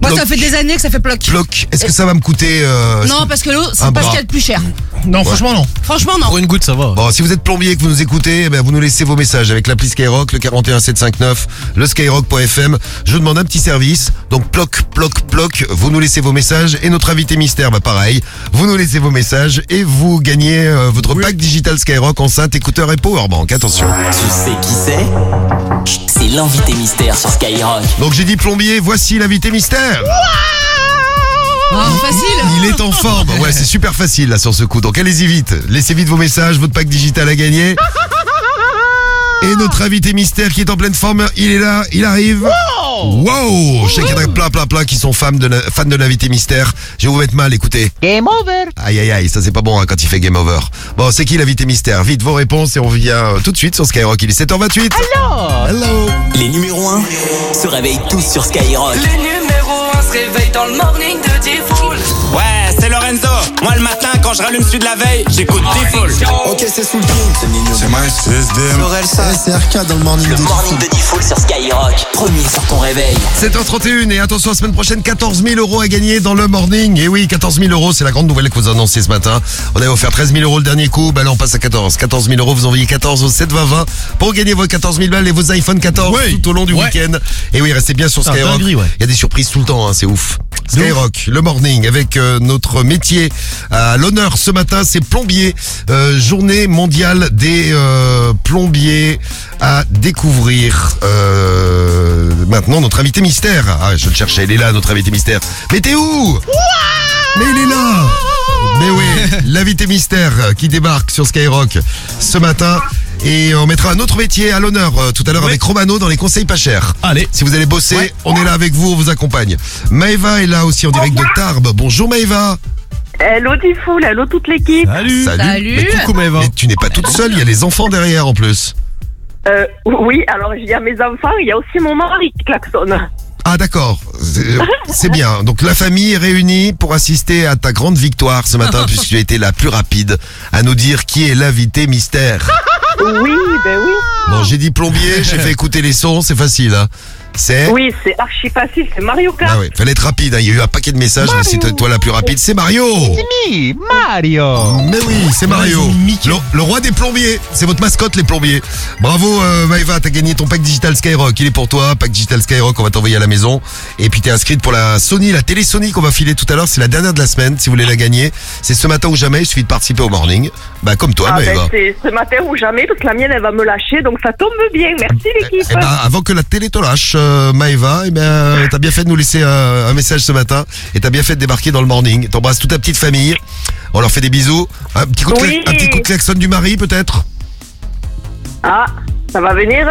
E: Moi,
C: ploc,
E: ça fait des années que ça fait bloc.
C: ploc. Est-ce que ça va me coûter euh, est-ce
E: Non, parce que l'eau,
C: un
E: c'est pas ce
C: bras
E: qu'il y a de plus cher.
J: Non, franchement, non.
E: Franchement, non.
C: Pour une goutte, ça va. Bon, si vous êtes plombier et que vous nous écoutez, eh ben, vous nous laissez vos messages avec l'appli Skyrock, le 41759, le skyrock.fm. Je demande un petit service. Donc, ploc, ploc, ploc. Vous nous laissez vos messages et notre invité mystère, bah, pareil. Vous nous laissez vos messages et vous gagnez euh, votre pack digital Skyrock, enceinte, écouteur et powerbank. Attention.
B: Tu sais qui c'est C'est l'invité mystère sur Skyrock.
C: Donc, j'ai dit plombier, voici l'invité mystère.
E: facile.
C: Il est en forme. bah Ouais, c'est super facile là sur ce coup. Donc allez-y vite. Laissez vite vos messages, votre pack digital à gagner. Et notre invité mystère qui est en pleine forme, il est là, il arrive. Wow, Je sais qu'il y en a plein, plein, plein qui sont fans de, la- fans de l'invité mystère. Je vais vous mettre mal, écoutez.
N: Game over.
C: Aïe, aïe, aïe, ça c'est pas bon hein, quand il fait game over. Bon, c'est qui l'invité mystère Vite vos réponses et on revient euh, tout de suite sur Skyrock. Il est 7h28.
N: Alors
C: Hello
B: Les numéros 1 se réveillent tous sur Skyrock.
O: Les numéros 1 se réveillent dans le morning de Diffoul.
P: Ouais, c'est Lorenzo. Moi, le matin, quand je rallume celui de la veille, j'écoute Default. Ok, c'est Soul
M: C'est Miles, c'est SDM.
B: Sorel ça.
C: Eh,
M: C'est RK dans le morning.
B: Le morning de Diffoul sur Skyrock. Premier sur ton réveil.
C: 7h31 et attention, la semaine prochaine, 14 000 euros à gagner dans le morning. Et oui, 14 000 euros, c'est la grande nouvelle que vous annoncez ce matin. On avait offert 13 000 euros le dernier coup, bah là on passe à 14. 14 000 euros, vous envoyez 14 au 7 20 20 pour gagner vos 14 000 balles et vos iPhone 14 tout au long du week-end. Et oui, restez bien sur
J: Putain,
C: Skyrock.
J: dinguerie, ouais.
C: Il y a des surprises tout le temps, hein, c'est ouf. Skyrock, le morning avec euh, notre métier à l'honneur ce matin, c'est plombier. Euh, journée mondiale des euh, plombiers à découvrir. Euh, maintenant, notre invité mystère. Ah, je le cherchais, il est là, notre invité mystère. Mais t'es où Mais il est là Mais oui, l'invité mystère euh, qui débarque sur Skyrock ce matin. Et euh, on mettra un autre métier à l'honneur euh, tout à l'heure avec Romano dans les conseils pas chers. Allez. Si vous allez bosser, on est là avec vous, on vous accompagne. Maëva est là aussi en direct de Tarbes. Bonjour Maëva.
H: Hello Diffoul, hello toute l'équipe.
C: Salut. Mais coucou, Maëva. Mais tu n'es pas toute seule, il y a les enfants derrière en plus.
H: Euh, oui, alors il y a mes enfants, il y a aussi mon mari qui klaxonne.
C: Ah d'accord, C'est- euh, c'est bien. Donc la famille est réunie pour assister à ta grande victoire ce matin puisque tu as été la plus rapide à nous dire qui est l'invité mystère.
H: Oui, ben oui.
C: Bon, j'ai dit plombier, j'ai fait écouter les sons, c'est facile. Hein. C'est...
H: Oui, c'est archi facile, c'est Mario Kart.
C: Ah ouais, fallait être rapide, hein. il y a eu un paquet de messages, mais c'est toi la plus rapide, c'est Mario
N: Me, Mario.
C: Mais oui, c'est Mario le, le roi des plombiers, c'est votre mascotte les plombiers Bravo euh, Maëva, t'as gagné ton pack digital Skyrock, il est pour toi, pack digital Skyrock, on va t'envoyer à la maison. Et puis t'es inscrite pour la Sony, la télé Sony qu'on va filer tout à l'heure, c'est la dernière de la semaine, si vous voulez la gagner. C'est ce matin ou jamais, il suffit de participer au morning. Bah comme toi
H: Ah ben,
C: Maëva.
H: c'est ce matin ou jamais, parce que la mienne, elle va me lâcher, donc ça tombe bien. Merci l'équipe.
C: Eh ben, avant que la télé te lâche, euh, Maëva, eh ben, euh, t'as bien fait de nous laisser euh, un message ce matin et t'as bien fait de débarquer dans le morning. T'embrasses toute ta petite famille. On leur fait des bisous. Un petit coup de, cla-
H: Oui.
C: un petit coup de klaxon du mari, peut-être
H: Ah, ça va venir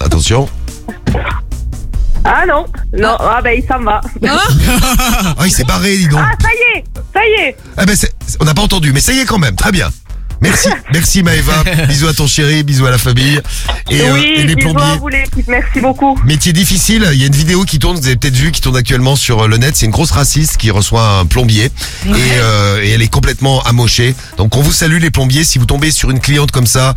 C: Attention.
H: Ah non, non, ah ben il s'en va.
C: Ah, il s'est barré, dis donc.
H: Ah, ça y est, ça y est.
C: Ah ben, c'est- on n'a pas entendu, mais ça y est quand même. Très bien. Merci, merci Maëva. bisous à ton chéri, bisous à la famille. Et, euh,
H: oui,
C: et les
H: bisous à
C: plombiers.
H: vous, l'équipe, merci beaucoup.
C: Métier difficile, il y a une vidéo qui tourne, vous avez peut-être vu, qui tourne actuellement sur euh, le net, c'est une grosse raciste qui reçoit un plombier et, euh, et elle est complètement amochée. Donc on vous salue les plombiers, si vous tombez sur une cliente comme ça,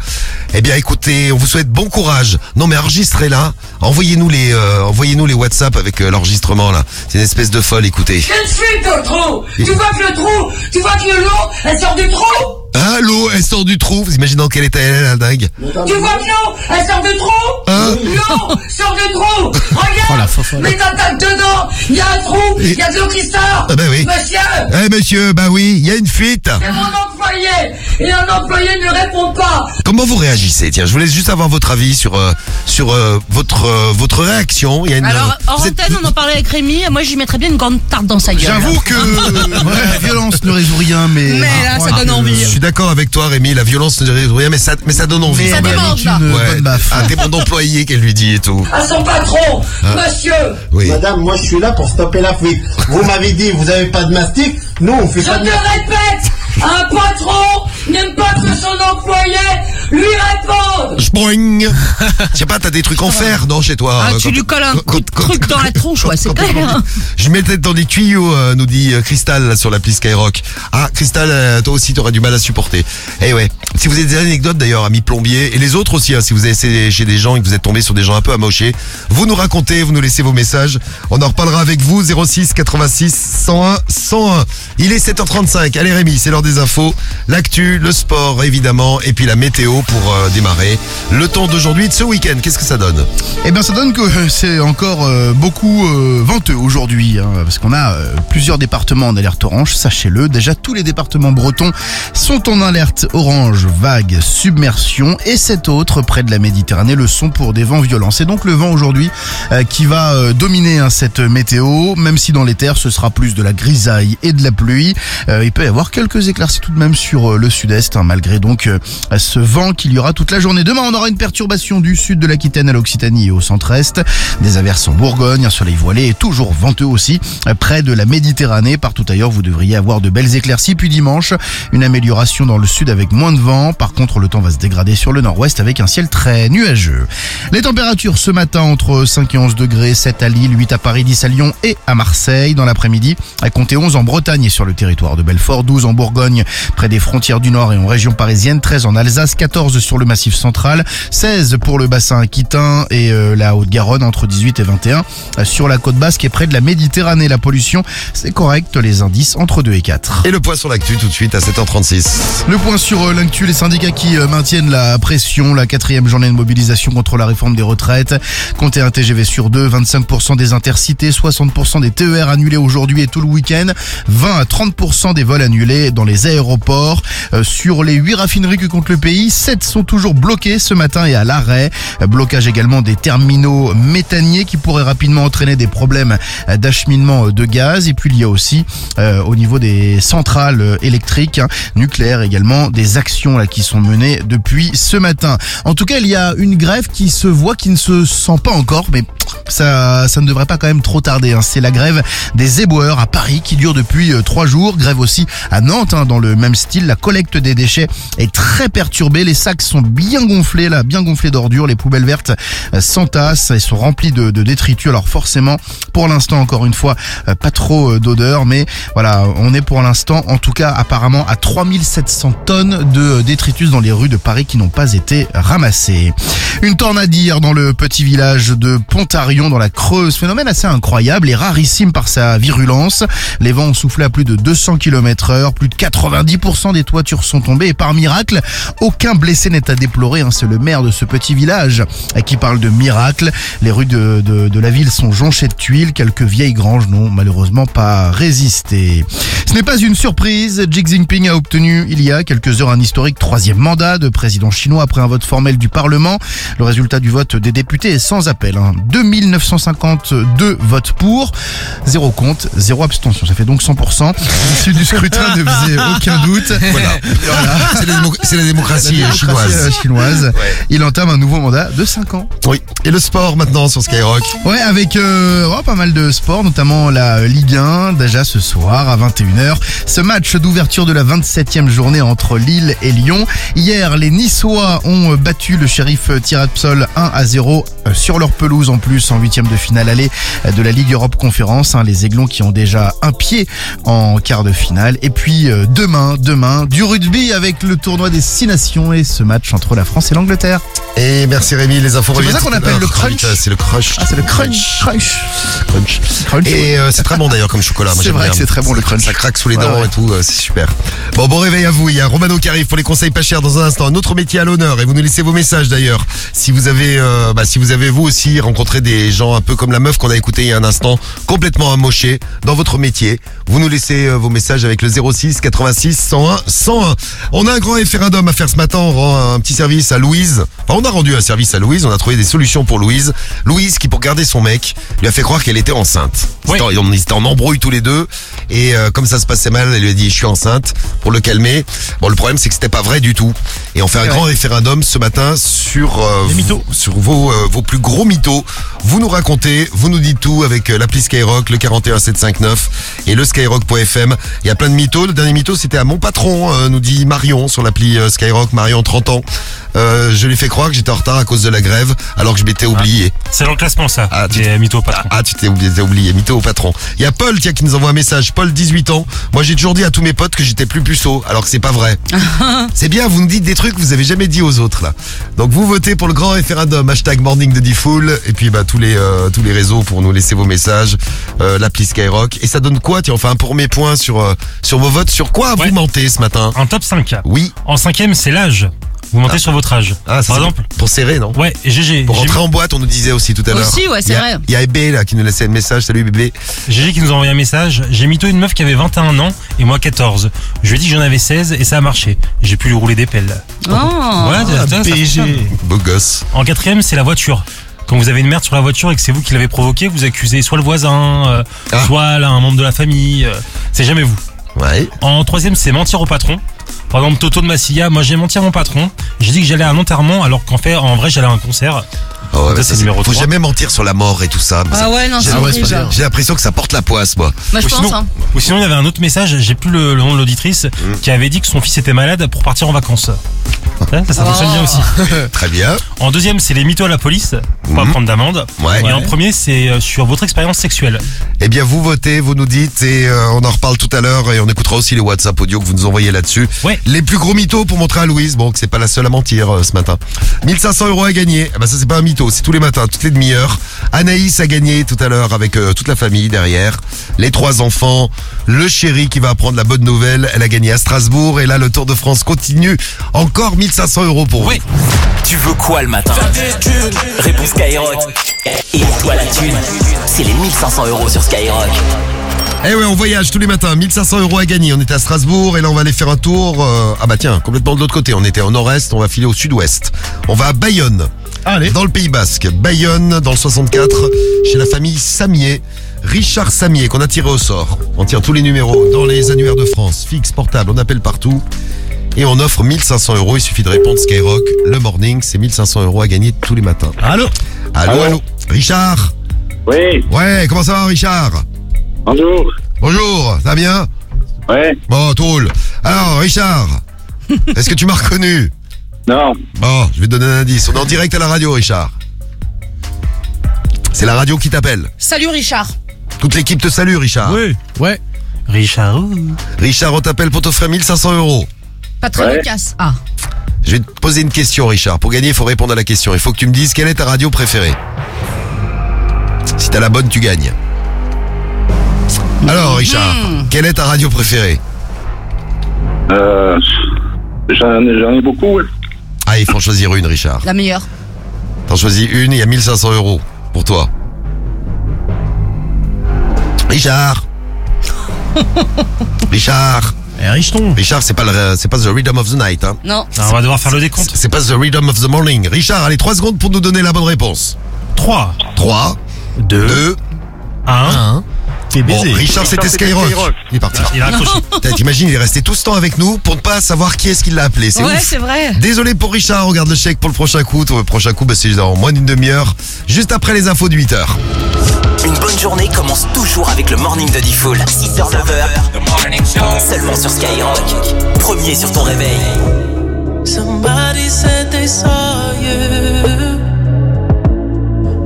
C: eh bien écoutez, on vous souhaite bon courage. Non mais enregistrez-la, envoyez-nous les, euh, envoyez-nous les WhatsApp avec euh, l'enregistrement là. C'est une espèce de folle, écoutez.
O: Je le suis dans le trou. Tu vois que le trou, tu vois que l'eau, elle sort du trou.
C: Ah l'eau, elle sort du trou, vous imaginez dans quel état elle est la dingue
O: Tu vois que l'eau, elle sort du trou.
C: Hein?
O: L'eau sort du trou.
C: Oh, la
O: Regarde,
C: fofolle.
O: mais t'as t'as dedans, il y a un trou, il y a de l'eau qui sort.
Q: ben
C: Ah bah oui.
O: Monsieur,
C: Eh monsieur, bah oui, il y a une fuite.
O: c'est mon employé et un employé ne répond pas.
C: Comment vous réagissez Tiens, je vous laisse juste avoir votre avis sur euh, sur euh, votre euh, votre réaction. Il y a une, euh,
E: Alors, hors
C: vous êtes-
E: antenne, on en parlait avec Rémi. Moi, je lui mettrais bien une grande tarte dans sa gueule.
F: J'avoue que ouais, la violence ne résout rien, mais. euh,
E: Mais là, ça donne envie.
C: Je suis d'accord avec toi, Rémi. La violence ne résout rien, mais ça mais ça donne envie.
F: Mais
C: quand
F: ça
C: même.
F: démange, là. Une bonne baffe.
C: un des bons employés qu'elle lui dit et tout.
Q: Ah,
O: À son patron,
C: Ah.
O: monsieur.
R: Madame, moi je suis là pour stopper l'Afrique. Vous m'avez dit, vous avez pas de mastic Nous, on fait
O: Je
R: pas de
O: te
R: mastic.
O: répète, un patron n'aime pas que son employé lui répondre
C: J'boing Je sais pas, t'as des trucs en fer, non, chez toi
E: Ah,
C: euh,
E: tu
C: quand-
E: lui colles un
C: quand- quand-
E: truc dans la tronche, ouais, c'est clair.
C: Je mettais dans des tuyaux, euh, nous dit euh, Cristal là, sur l'appli Skyrock. Ah, Cristal, euh, toi aussi, t'auras du mal à supporter. Eh ouais. Si vous avez des anecdotes d'ailleurs, amis plombier, et les autres aussi, hein, si vous avez essayé chez des gens et que vous êtes tombé sur des gens un peu amochés, vous nous racontez, vous nous laissez vos messages. On en reparlera avec vous, 06 86 101 101. Il est 7h35. Allez Rémi, c'est l'heure des infos. L'actu, le sport évidemment, et puis la météo pour euh, démarrer. Le temps d'aujourd'hui, de ce week-end, qu'est-ce que ça donne
F: Eh bien, ça donne que euh, c'est encore euh, beaucoup euh, venteux aujourd'hui, hein, parce qu'on a euh, plusieurs départements en alerte orange, sachez-le. Déjà, tous les départements bretons sont en alerte orange, vague, submersion, et sept autres près de la Méditerranée le sont pour des vents violents. C'est donc le vent aujourd'hui euh, qui va euh, dominer hein, cette météo, même si dans les terres, ce sera plus de la grisaille et de la pluie. Euh, il peut y avoir quelques éclaircies tout de même sur euh, le sud-est, hein, malgré donc euh, ce vent qu'il y aura toute la journée. Demain, on aura une perturbation du sud de l'Aquitaine à l'Occitanie et au centre-est. Des averses en Bourgogne, un soleil voilé et toujours venteux aussi, euh, près de la Méditerranée. Partout ailleurs, vous devriez avoir de belles éclaircies. Puis dimanche, une amélioration dans le sud avec moins de vent. Par contre, le temps va se dégrader sur le nord-ouest avec un ciel très nuageux. Les températures ce matin entre 5 et 11 degrés, 7 à Lille, 8 à Paris, 10 à Lyon et à Marseille. Dans l'après-midi, à compter 11 en Bretagne et sur le territoire de Belfort, 12 en Bourgogne, près des frontières du Nord et en région parisienne, 13 en Alsace, 14 sur le massif central, 16 pour le bassin aquitain et euh, la Haute-Garonne entre 18 et 21 euh, sur la côte basque et près de la Méditerranée. La pollution, c'est correct, les indices entre 2 et 4.
C: Et le point sur l'actu tout de suite à 7h36.
F: Le point sur euh, l'actu, les syndicats qui euh, maintiennent la pression, la quatrième journée de mobilisation contre la réforme des retraites. Comptez un TGV sur deux, 25% des intercités, 60% des TER annulés aujourd'hui et tout le week-end, 20 à 30% des vols annulés dans les aéroports. Euh, sur les 8 raffineries que compte le pays, 7 sont toujours bloquées ce matin et à l'arrêt. Euh, Blocage également des terminaux méthaniers qui pourraient rapidement entraîner des problèmes euh, d'acheminement euh, de gaz. Et puis il y a aussi euh, au niveau des centrales euh, électriques, hein, nucléaires également, des actions là qui sont menées depuis ce matin. En tout cas, il y a une grève qui se voit, qui ne se sent pas encore, mais ça, ça ne devrait pas quand même trop tarder. hein. C'est la grève des éboueurs à Paris qui dure depuis euh, trois jours. Grève aussi à Nantes hein, dans le même style. La collecte des déchets est très perturbée. Les sacs sont bien gonflés là, bien gonflés d'ordures. Les poubelles vertes euh, s'entassent et sont remplies de, de détritus. Alors forcément, pour l'instant encore une fois, euh, pas trop euh, d'odeur, mais voilà, on est pour l'instant en tout cas apparemment à 3700 tonnes de euh, détritus dans les rues de Paris qui n'ont pas été ramassées. Une tornade hier dans le petit village de Pontarion dans la Creuse. Phénomène assez incroyable et rarissime par sa virulence. Les vents ont soufflé à plus de 200 km heure. Plus de 90% des toitures sont tombées et par miracle, aucun blessé n'est à déplorer. hein. C'est le maire de ce petit village euh, qui parle de miracle. Les rues de, de- de la ville sont jonchées de tuiles. Quelques vieilles granges n'ont malheureusement pas résisté. Ce n'est pas une surprise. Xi Jinping a obtenu il y a quelques heures un historique troisième mandat de président chinois après un vote formel du Parlement. Le résultat du vote des députés est sans appel. hein. 2952 votes pour, zéro compte, zéro abstention. Ça fait donc 100%. L'issue du scrutin ne faisait aucun doute.
C: Voilà. C'est la, démo- c'est la démocratie,
F: La
C: euh, chinoise.
F: démocratie, euh, chinoise.
C: Ouais.
F: Il entame un nouveau mandat de 5 ans.
C: Oui. Et le sport maintenant sur Skyrock.
F: Ouais, avec euh, oh, pas mal de sports, notamment la euh, Ligue 1, déjà ce soir à 21h. Ce match d'ouverture de la 27e journée entre Lille et Lyon. Hier, les Niçois ont euh, battu le shérif Tiraspol 1 à 0 euh, sur leur pelouse en plus en huitième de finale aller euh, de la Ligue Europe Conférence. hein, les Aiglons qui ont déjà un pied en quart de finale. Et puis euh, demain, demain, du rugby avec le tournoi des Six Nations et ce match entre la France et l'Angleterre.
C: Et merci Rémi, les
F: C'est
C: infos
F: pour
C: reviennent
F: ça qu'on
C: tout à
F: appelle
C: l'heure.
F: le crunch.
C: Putain, C'est le crunch.
F: Ah, c'est le crunch, crunch.
C: crunch.
F: Crunch,
C: Et euh, c'est très bon d'ailleurs comme chocolat. Moi,
F: C'est
C: j'aime
F: vrai
C: bien.
F: que c'est très bon, le crunch.
C: Ça craque sous les
F: Ouais,
C: dents
F: ouais.
C: et tout, euh, c'est super. Bon, bon réveil à vous. Il y a Romano qui arrive pour les conseils pas chers dans un instant. Un autre métier à l'honneur et vous nous laissez vos messages d'ailleurs. Si vous avez, euh, bah, si vous avez vous aussi rencontré des gens un peu comme la meuf qu'on a écouté il y a un instant, complètement amochés dans votre métier, vous nous laissez euh, vos messages avec le 06 86 101 101. On a un grand référendum à faire ce matin. On rend un petit service à Louise. Enfin, on a rendu un service à Louise. On a trouvé des solutions pour Louise. Louise qui, pour garder son mec, lui a fait croire qu'elle était enceinte. Ils étaient en- Ils étaient en embrouille tous les deux. Et euh, comme ça se passait mal, elle lui a dit je suis enceinte pour le calmer. Bon, le problème c'est que c'était pas vrai du tout. Et on fait un grand référendum ce matin sur euh, vos- sur vos euh, vos plus gros mythos. Vous nous racontez, vous nous dites tout avec euh, l'appli Skyrock, le 41759 et le skyrock.fm. Il y a plein de mythos. Le dernier mytho c'était à mon patron, euh, nous dit Marion sur l'appli euh, Skyrock. Marion 30 ans. euh, je lui fais croire que j'étais en retard à cause de la grève, alors que je m'étais oublié.
D: Ah. C'est dans le classement, ça.
C: Ah, tu t'es
D: mytho au patron.
C: Ah, tu t'es oublié, t'es oublié, mytho au patron. Il y a Paul, tiens, qui nous envoie un message. Paul, 18 ans. Moi, j'ai toujours dit à tous mes potes que j'étais plus puceau, alors que c'est pas vrai. c'est bien, vous me dites des trucs que vous avez jamais dit aux autres, là. Donc, vous votez pour le grand référendum, hashtag morning de Diffoul, et puis, bah, tous les, euh, tous les réseaux pour nous laisser vos messages, euh, l'appli Skyrock. Et ça donne quoi, tiens, enfin, pour mes points sur, euh, sur vos votes, sur quoi vous mentez ce matin?
D: En top 5.
C: Oui.
D: En cinquième, c'est l'âge. Vous mentez
C: Ah.
D: sur votre âge.
C: Ah,
D: Par
C: ça, c'est
D: exemple.
C: Pour serrer, non
D: Ouais, GG.
C: Pour
D: J'ai
C: rentrer
D: mis-
C: en boîte, on nous disait aussi tout à l'heure.
D: Aussi, ouais, c'est
C: Il y a-
D: vrai.
C: Il y a Ebé, là, qui nous laissait un message. Salut, bébé.
D: GG qui nous a envoyé un message. J'ai mytho une meuf qui avait 21 ans et moi 14. Je lui ai dit que j'en avais 16 et ça a marché. J'ai pu lui rouler des pelles.
E: Oh.
D: Ouais,
E: Ah,
D: ça- ça-
E: BG.
C: Beau gosse.
D: En quatrième, c'est la voiture. Quand vous avez une merde sur la voiture et que c'est vous qui l'avez provoqué, vous accusez soit le voisin, euh, soit là, un membre de la famille. euh, c'est jamais vous.
C: Ouais.
D: En troisième, c'est mentir au patron. Par exemple, Toto de Massilla, moi j'ai menti à mon patron. J'ai dit que j'allais à un enterrement alors qu'en fait, en vrai, j'allais à un concert.
C: Ah ouais,
D: Ça,
C: bah,
D: c'est
C: ça,
D: numéro
C: Faut
D: trois.
C: jamais mentir sur la mort et tout ça.
E: Ah
C: Ça-
E: ouais, non,
C: j'ai-
E: c'est horrible.
C: j'ai- J'ai l'impression que ça porte la poisse, moi.
E: Bah, je
D: ou,
E: pense,
D: sinon,
E: hein.
D: ou sinon, il y avait un autre message, j'ai plus le, le nom de l'auditrice,
C: Mmh.
D: qui avait dit que son fils était malade pour partir en vacances. Ça, ça fonctionne bien aussi.
C: Très bien.
D: En deuxième, c'est les mythos à la police, pour pas prendre d'amende.
C: Mmh. Ouais.
D: Et en
C: Ouais.
D: premier, c'est euh, sur votre expérience sexuelle.
C: Eh bien, vous votez, vous nous dites, et euh, on en reparle tout à l'heure, et on écoutera aussi les WhatsApp audio que vous nous envoyez là-dessus. Les plus gros mythos pour montrer à Louise, bon, que c'est pas la seule à mentir euh, ce matin. 1500 euros à gagner. Eh ben, ça, c'est pas un mytho, c'est tous les matins, toutes les demi-heures. Anaïs a gagné tout à l'heure avec euh, toute la famille derrière. Les trois enfants, le chéri qui va apprendre la bonne nouvelle. Elle a gagné à Strasbourg, et là, le Tour de France continue. Encore 1500 euros pour vous.
B: Tu veux quoi le matin Réponse Skyrock. Et à toi la thune. C'est les 1500 euros sur Skyrock.
C: Eh ouais, on voyage tous les matins, 1500 euros à gagner. On est à Strasbourg et là on va aller faire un tour. euh, ah bah tiens, complètement de l'autre côté. On était au nord-est, on va filer au sud-ouest. On va à Bayonne. Allez. Dans le Pays Basque. Bayonne, dans le 64, chez la famille Samier. Richard Samier, qu'on a tiré au sort. On tire tous les numéros dans les annuaires de France. Fixe, portable, on appelle partout. Et on offre 1500 euros. Il suffit de répondre Skyrock. Le morning, c'est 1500 euros à gagner tous les matins. Allô Allô, allô, Richard Oui. Ouais, comment ça va, Richard Bonjour. Bonjour, ça va bien Ouais. Bon, Toul. Alors, Richard, est-ce que tu m'as reconnu Non. Bon, je vais te donner un indice. On est en direct à la radio, Richard. C'est la radio qui t'appelle.
E: Salut Richard.
C: Toute l'équipe te salue, Richard. Oui. Ouais.
D: Richard.
C: Richard, on t'appelle pour t'offrir 1500 euros.
E: Pas très
C: Ouais.
E: efficace. Ah.
C: Je vais te poser une question, Richard. Pour gagner, il faut répondre à la question. Il faut que tu me dises quelle est ta radio préférée. Si t'as la bonne, tu gagnes. Alors, Richard, quelle est ta radio préférée
L: Euh, j'en, j'en ai beaucoup.
C: Ah, il faut en choisir une, Richard.
E: La meilleure.
C: T'en choisis une, il y a 1500 euros pour toi. Richard Richard Richton Richard, c'est pas, le- c'est pas The Rhythm of the Night. Hein.
E: Non.
D: on va devoir faire le décompte.
C: C'est pas The Rhythm of the Morning. Richard, allez, 3 secondes pour nous donner la bonne réponse.
D: 3.
C: 3, 2, 1.
J: T'es
C: Bon,
J: baisé.
C: Richard, c'était Skyrock. Il est parti.
J: Il a raccroché.
C: Putain, T'imagines, il est resté tout ce temps avec nous pour ne pas savoir qui est-ce qui l'a appelé. C'est
E: Ouais,
C: ouf.
E: c'est vrai.
C: Désolé pour Richard, regarde le chèque pour le prochain coup. Ton prochain coup, bah, c'est dans moins d'une demi-heure, juste après les infos de 8h.
B: Une bonne journée commence toujours avec le morning de Diffoul. 6h, 9h. Seulement sur Skyrock. Premier sur ton réveil.
S: Somebody said they saw you.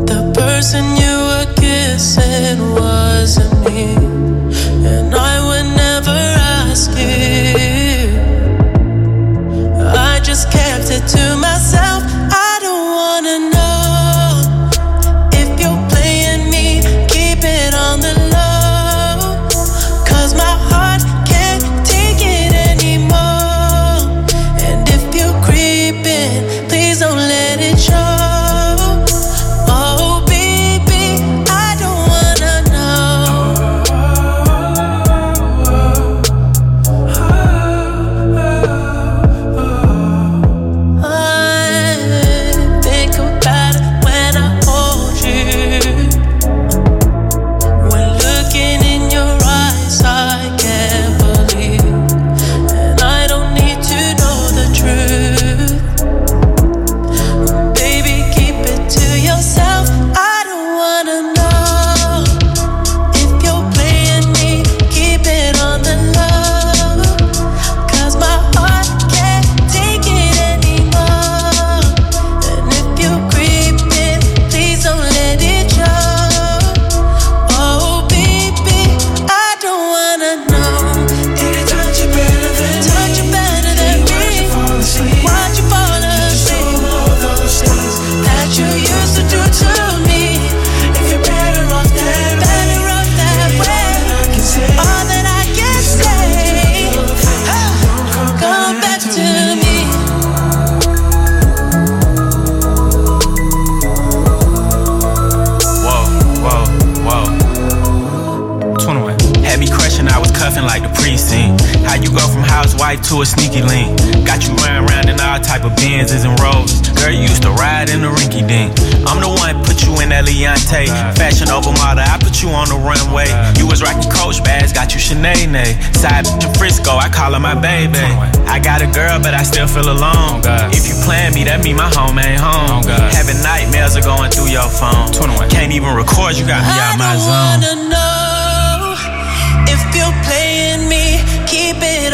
S: The person you were kissing wasn't me. And I would never ask you. I just kept it to myself. I don't wanna know if you're playing me. Keep it on the low. Cause my heart can't take it anymore. And if you're creeping, please don't let it show. Oh, baby, I don't wanna know. I Oh,
T: wife to a sneaky link. Got you running around in all type of Benz's and Rolls. Girl, you used to ride in the rinky dink. I'm the one put you in that Leontay. Fashion over model, I put you on the runway. You was rocking Coach bags, got you Sinead. Side to Frisco, I call her my baby. I got a girl, but I still feel alone. If you plan me, that mean my home ain't home. Having nightmares are going through your phone. Can't even record, you got me out my
S: I
T: zone.
S: wanna know if you're playing me, keep it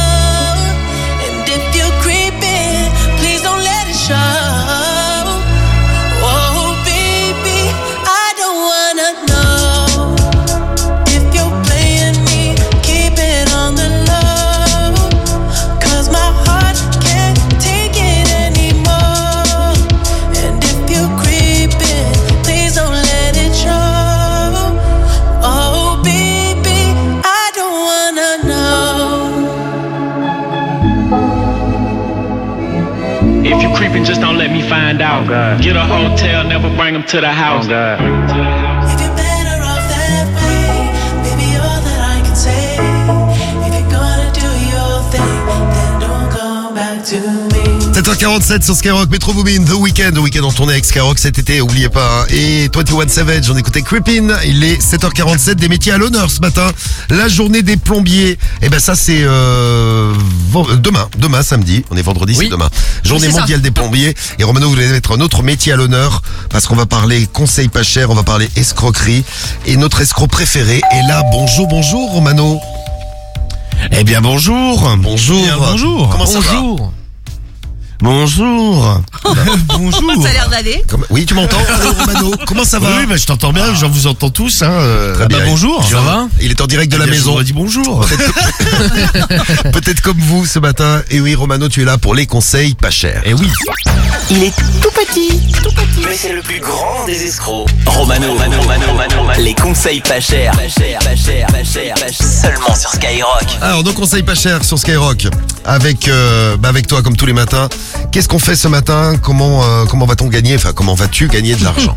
S: And if you're creeping, please don't let it show. Oh, baby, I don't wanna know. If you're playing me, keep it on the low. Cause my heart can't take it anymore. And if you're creeping, please don't let it show. Oh, baby, I don't wanna know.
T: If you creeping, just don't let me find out. Get a hotel, never bring them to the house.
S: Maybe all that I can say. If you're gonna do your thing, then don't come back to me.
C: 7h47 sur Skyrock, Metro Boomin, The Weekend, The Weekend en tournée avec Skyrock cet été, oubliez pas. hein. Et 21 Savage, on écoutait Creepin. Il est 7h47, des métiers à l'honneur ce matin. La journée des plombiers, et ben ça c'est euh, ven- euh, demain, demain samedi, on est vendredi, c'est demain. Journée
Q: Oui, c'est ça.
C: mondiale des plombiers. Et Romano, vous allez mettre un autre métier à l'honneur parce qu'on va parler conseil pas cher, on va parler escroquerie. Et notre escroc préféré est là. Bonjour, bonjour Romano.
Q: Eh bien bonjour Eh
C: Bonjour
Q: Bien, bonjour
C: Comment ça va
Q: Bonjour Bonjour Bonjour
E: Ça a l'air d'aller.
C: Comme- Oui, tu m'entends Allô, Romano Comment ça va
Q: Oui, bah, je t'entends bien, je vous entends tous. Hein. euh,
C: Très
Q: bah,
C: bien.
Q: bonjour
C: Il- Il est en direct de la
Q: Eh bien,
C: maison.
Q: Je vous dit bonjour
C: Peut-être comme vous ce matin. Et oui, Romano, tu es là pour les conseils pas chers.
Q: Eh
C: Et oui.
B: Il est tout petit, tout petit. Mais c'est le plus grand des escrocs. Romano, Romano, Romano, Romano, Romano. Les conseils pas chers, pas chers, pas chers, pas chers, pas chers. Seulement sur Skyrock.
C: Alors, nos conseils pas chers sur Skyrock avec euh, bah, avec toi comme tous les matins. Qu'est-ce qu'on fait ce matin Comment euh, comment va-t-on gagner Enfin, comment vas-tu gagner de l'argent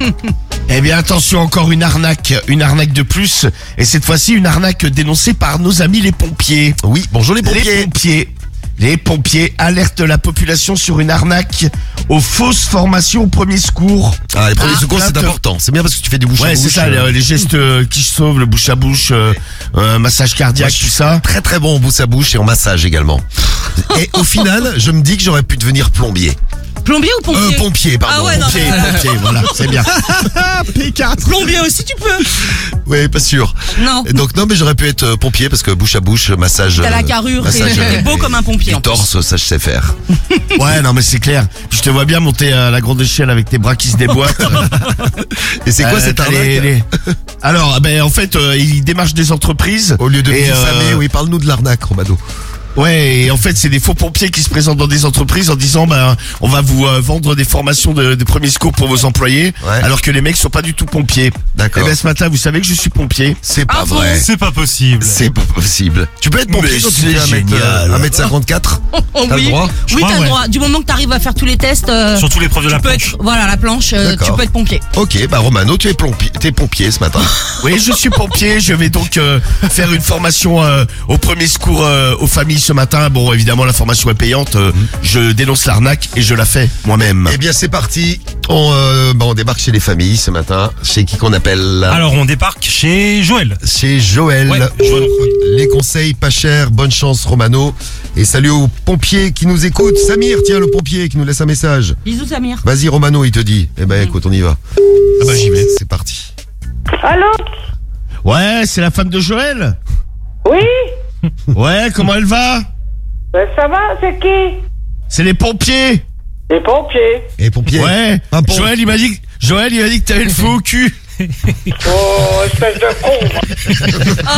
Q: Eh bien attention, encore une arnaque, une arnaque de plus, et cette fois-ci une arnaque dénoncée par nos amis les pompiers.
C: Oui, bonjour les
Q: pompiers. Les pompiers, les pompiers alertent la population sur une arnaque aux fausses formations au premier secours.
C: Ah, les premiers
Q: Ah,
C: secours, c'est
Q: plainte.
C: important. C'est bien parce que tu fais des bouches à
Q: Ouais, c'est
C: bouche,
Q: ça,
C: euh,
Q: les, les gestes euh, qui sauvent, le bouche à bouche, euh, euh, massage cardiaque, tout ça.
C: Très très bon en bouche à bouche et en massage également. Et au final, je me dis que j'aurais pu devenir plombier.
E: Plombier ou pompier
C: Euh, pompier, pardon.
E: Ah ouais, non,
C: pompier,
E: mais-
C: pompier, voilà, c'est bien.
Q: P4.
E: Plombier aussi, tu peux.
C: Oui, pas sûr.
E: Non.
C: Et Donc non, mais j'aurais pu être euh, pompier parce que bouche à bouche, massage.
E: T'as
C: euh,
E: la carrure, t'es
C: massage,
E: t'es
C: euh,
E: beau
C: et-
E: comme un pompier.
C: Du
E: en plus.
C: torse, ça je sais faire.
Q: Euh, Ouais, non, mais c'est clair. Je te vois bien monter à la grande échelle avec tes bras qui se déboîtent.
C: Et c'est quoi
Q: Euh,
C: cette
Q: t'as
C: arnaque
Q: les- les- Alors, ben, en fait, euh, ils démarchent des entreprises.
C: Au lieu de
Q: et,
C: diffamer,
Q: euh,
C: oui, parle-nous de l'arnaque, Romano.
Q: Ouais, et en fait, c'est des faux pompiers qui se présentent dans des entreprises en disant, ben, on va vous euh, vendre des formations de, de premiers secours pour vos employés, alors que les mecs sont pas du tout pompiers.
C: D'accord.
Q: Et ben, ce matin, vous savez que je suis pompier.
C: C'est
E: Ah
C: pas vrai.
D: C'est pas possible.
C: C'est pas possible. Tu peux être pompier
Q: Mais
C: quand tu
Q: c'est
C: fais 1m, euh,
Q: génial.
C: 1m54
E: Oh, oh,
C: T'as le
E: oui,
C: droit Je
E: oui,
C: crois,
E: t'as le
C: ouais.
E: droit. Du moment que t'arrives à faire tous les tests, euh,
D: Surtout l'épreuve de
E: tu
D: la
E: peux
D: planche.
E: être- voilà la planche, euh, tu
C: D'accord.
E: peux être pompier.
C: Ok, bah Romano, tu es pompier, t'es pompier ce matin.
Q: Oui, je suis pompier. Je vais donc euh, faire une formation euh, au premier secours euh, aux familles ce matin. Bon, évidemment, la formation est payante. euh, Je dénonce l'arnaque et je la fais moi-même.
C: Mhm. Eh bien, c'est parti. On, euh, bah, on débarque chez les familles ce matin. Chez qui qu'on appelle là
D: Alors on débarque chez Joël.
C: Chez Joël.
D: Ouais, Joël.
C: Les conseils pas chers. Bonne chance, Romano. Et salut aux pompiers qui nous écoutent. Samir, tiens, le pompier qui nous laisse un message.
E: Bisous Samir.
C: Vas-y, Romano, il te dit. Eh ben, écoute, on y va. Ah bah, j'y vais. C'est parti.
H: Allô
Q: Ouais, c'est la femme de Joël.
H: Oui
Q: Ouais, comment elle va
H: Ben, Ça va, c'est qui
Q: C'est les pompiers.
H: Les pompiers.
C: Et pompier.
Q: Ouais.
C: Un pont.
Q: Joël, il m'a dit. que- Joël, il m'a dit que t'avais le feu au cul.
H: Oh, espèce de con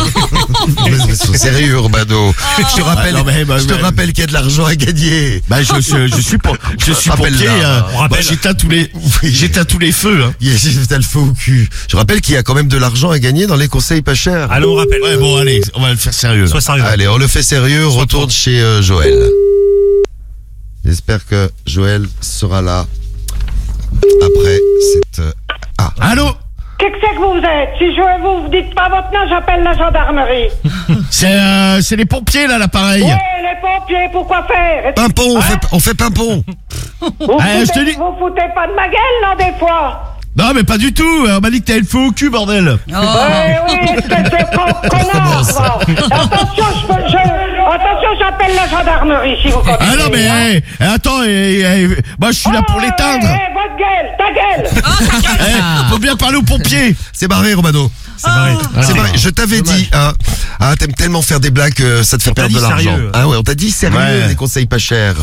C: Mais sois Sérieux, Romano. Je te rappelle,
Q: Ah, non, mais, bah,
C: je te
Q: mais-
C: rappelle qu'il y a de l'argent à gagner.
Q: Bah, je, je, je suis pom- je suis pompier.
C: Rappelle-la.
Q: euh,
C: On rappelle.
Q: bah, J'éteins tous les, j'éteins tous les feux. hein.
C: Il y a- T'as le feu au cul. Je rappelle qu'il y a quand même de l'argent à gagner dans les conseils pas chers.
D: Allez, on rappelle.
Q: Ouais, bon, allez, on va le faire sérieux.
D: Sois sérieux.
C: Allez, on le fait sérieux, retourne chez euh, Joël. J'espère que Joël sera là après cette... euh, Ah,
Q: Allô
H: Qu'est-ce que c'est que vous êtes Si je veux vous, vous dites pas votre nom, j'appelle la gendarmerie.
Q: C'est euh, c'est les pompiers là l'appareil.
H: Ouais, les pompiers, pourquoi faire Hein
C: Pimpon, on fait, on fait pimpon.
H: Vous,
Q: Ah, je
H: foutez,
Q: te dis-
H: vous foutez pas de ma gueule, non, des fois
Q: Non mais pas du tout. hein. On m'a dit que t'avais le feu au cul bordel.
H: Ouais, Eh oui, espèce de con- connard, va. Attention, je, peux- je- attention, j'appelle la gendarmerie, si vous continuez.
Q: Ah non mais
H: hein.
Q: hey, hey, attends, eh, hey, hey, hey, moi je suis là pour l'éteindre.
H: Eh, votre gueule, Ah, ta gueule
Q: Eh, faut bien parler aux pompiers.
C: C'est barré, Romano. C'est barré.
Q: Ah.
H: Ah.
C: C'est barré. Je t'avais dit, hein. Ah, t'aimes tellement faire des blagues que ça te fait perdre
U: dit
C: de l'argent.
U: sérieux.
C: Ah ouais, on t'a dit sérieux,
U: Ouais.
C: des conseils pas chers.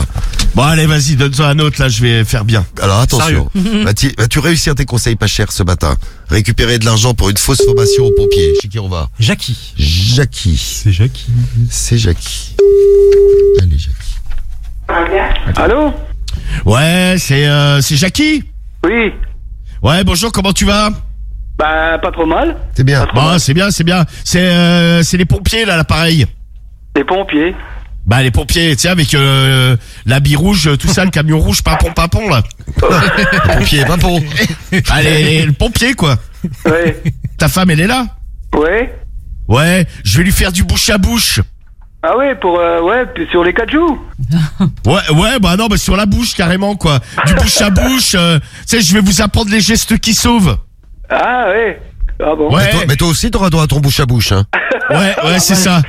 U: Bon allez vas-y donne-en un autre là je vais faire bien.
C: Alors attention,
U: Sérieux.
C: vas-tu vas-tu réussir tes conseils pas chers ce matin Récupérer de l'argent pour une fausse formation aux pompiers. Chez qui on va
V: Jackie.
C: Jackie. C'est
V: Jackie.
C: C'est Jackie. Allez, Jackie.
Q: Allô Ouais, c'est euh, c'est Jackie Oui. Ouais, bonjour, comment tu vas Bah, pas trop mal.
C: C'est bien.
Q: Bah, c'est bien, c'est bien. C'est euh, c'est les pompiers, là, l'appareil. Les pompiers Bah, les pompiers, tu sais, avec euh, l'habit rouge, tout ça, le camion rouge, pimpon, pimpon, là.
C: pompier, pimpon.
Q: Allez, le pompier, quoi. Ouais. Ta femme, elle est là Ouais. Ouais, je vais lui faire du bouche à bouche.
M: Ah ouais, pour euh, ouais, puis sur les 4 jours.
Q: Ouais, ouais, bah non, bah sur la bouche carrément quoi. Du bouche à bouche, euh, tu sais, je vais vous apprendre les gestes qui sauvent.
M: Ah ouais. Ah bon.
C: Mais, toi, mais toi aussi, t'auras droit à ton bouche à bouche. Hein.
Q: Ouais, ouais, c'est ça.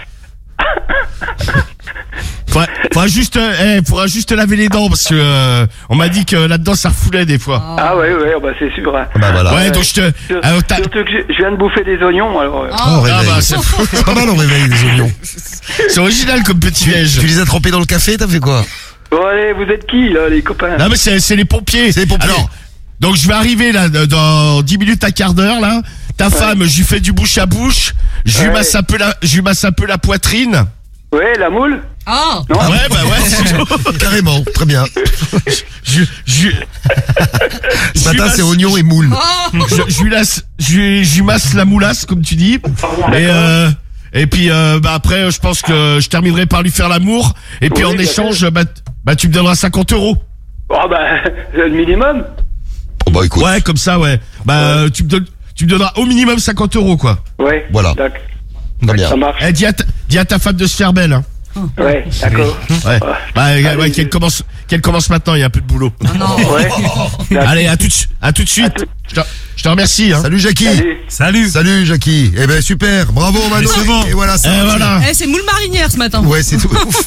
Q: Faudra, faudra juste, euh, eh, faudra juste laver les dents parce que euh, on m'a dit que là-dedans ça refoulait des fois. Ah,
M: Ah ouais, ouais, bah c'est sûr. hein.
Q: Ouais, donc je te.
M: Sur-
Q: alors, t'as-
M: Surtout que je, je viens de bouffer des oignons, alors. euh.
Q: Ah, bah, c'est fou.
C: C'est pas mal au réveil des oignons.
Q: C'est original comme petit piège.
C: Tu les as trempés dans le café, t'as fait quoi
M: Bon allez, vous êtes qui là, les copains
Q: Non mais c'est c'est les pompiers. C'est les pompiers. Alors, donc je vais arriver là de- dans 10 minutes à quart d'heure là. Ta femme, je lui fais du bouche à bouche. Je lui
M: Ouais.
Q: masse un peu la, je lui masse un peu la poitrine.
M: Ouais, la moule.
E: Ah
M: Non
Q: Ouais, bah ouais,
C: Carrément, très bien.
Q: je, je...
C: Ce
Q: Je lui
C: matin,
Q: masse-
C: c'est oignon et moule.
Q: je, je lui laisse, je, lui- je lui masse la moulasse comme tu dis. Et euh, et puis euh, bah après, je pense que je terminerai par lui faire l'amour. Et puis
M: Oui,
Q: en
M: bien
Q: échange, bah, t- bah tu me donneras 50 euros.
M: Oh bah, le minimum.
C: Oh,
Q: Ouais, comme ça, ouais. Bah euh, tu me donnes, tu me donneras au minimum 50 euros quoi.
M: Ouais.
C: Voilà.
M: D'accord.
C: Très bien.
M: Ça marche.
Q: Eh, dis, à ta, dis à ta femme de se faire belle. Hein.
M: Ouais, d'accord.
Q: Ouais. Bah, ouais, qu'elle commence, qu'elle commence maintenant. Il y a un peu de boulot.
M: Ouais.
Q: Allez, à tout, de su- à tout de suite. Je, te, je te remercie. Hein.
C: Salut Jackie.
V: Salut.
C: Salut Jackie. Eh ben super, bravo Mano.
V: c'est bon.
C: Et voilà, ça.
Q: Eh, voilà.
E: Eh, c'est moule marinière ce matin.
C: Ouais, c'est tout. Ouf.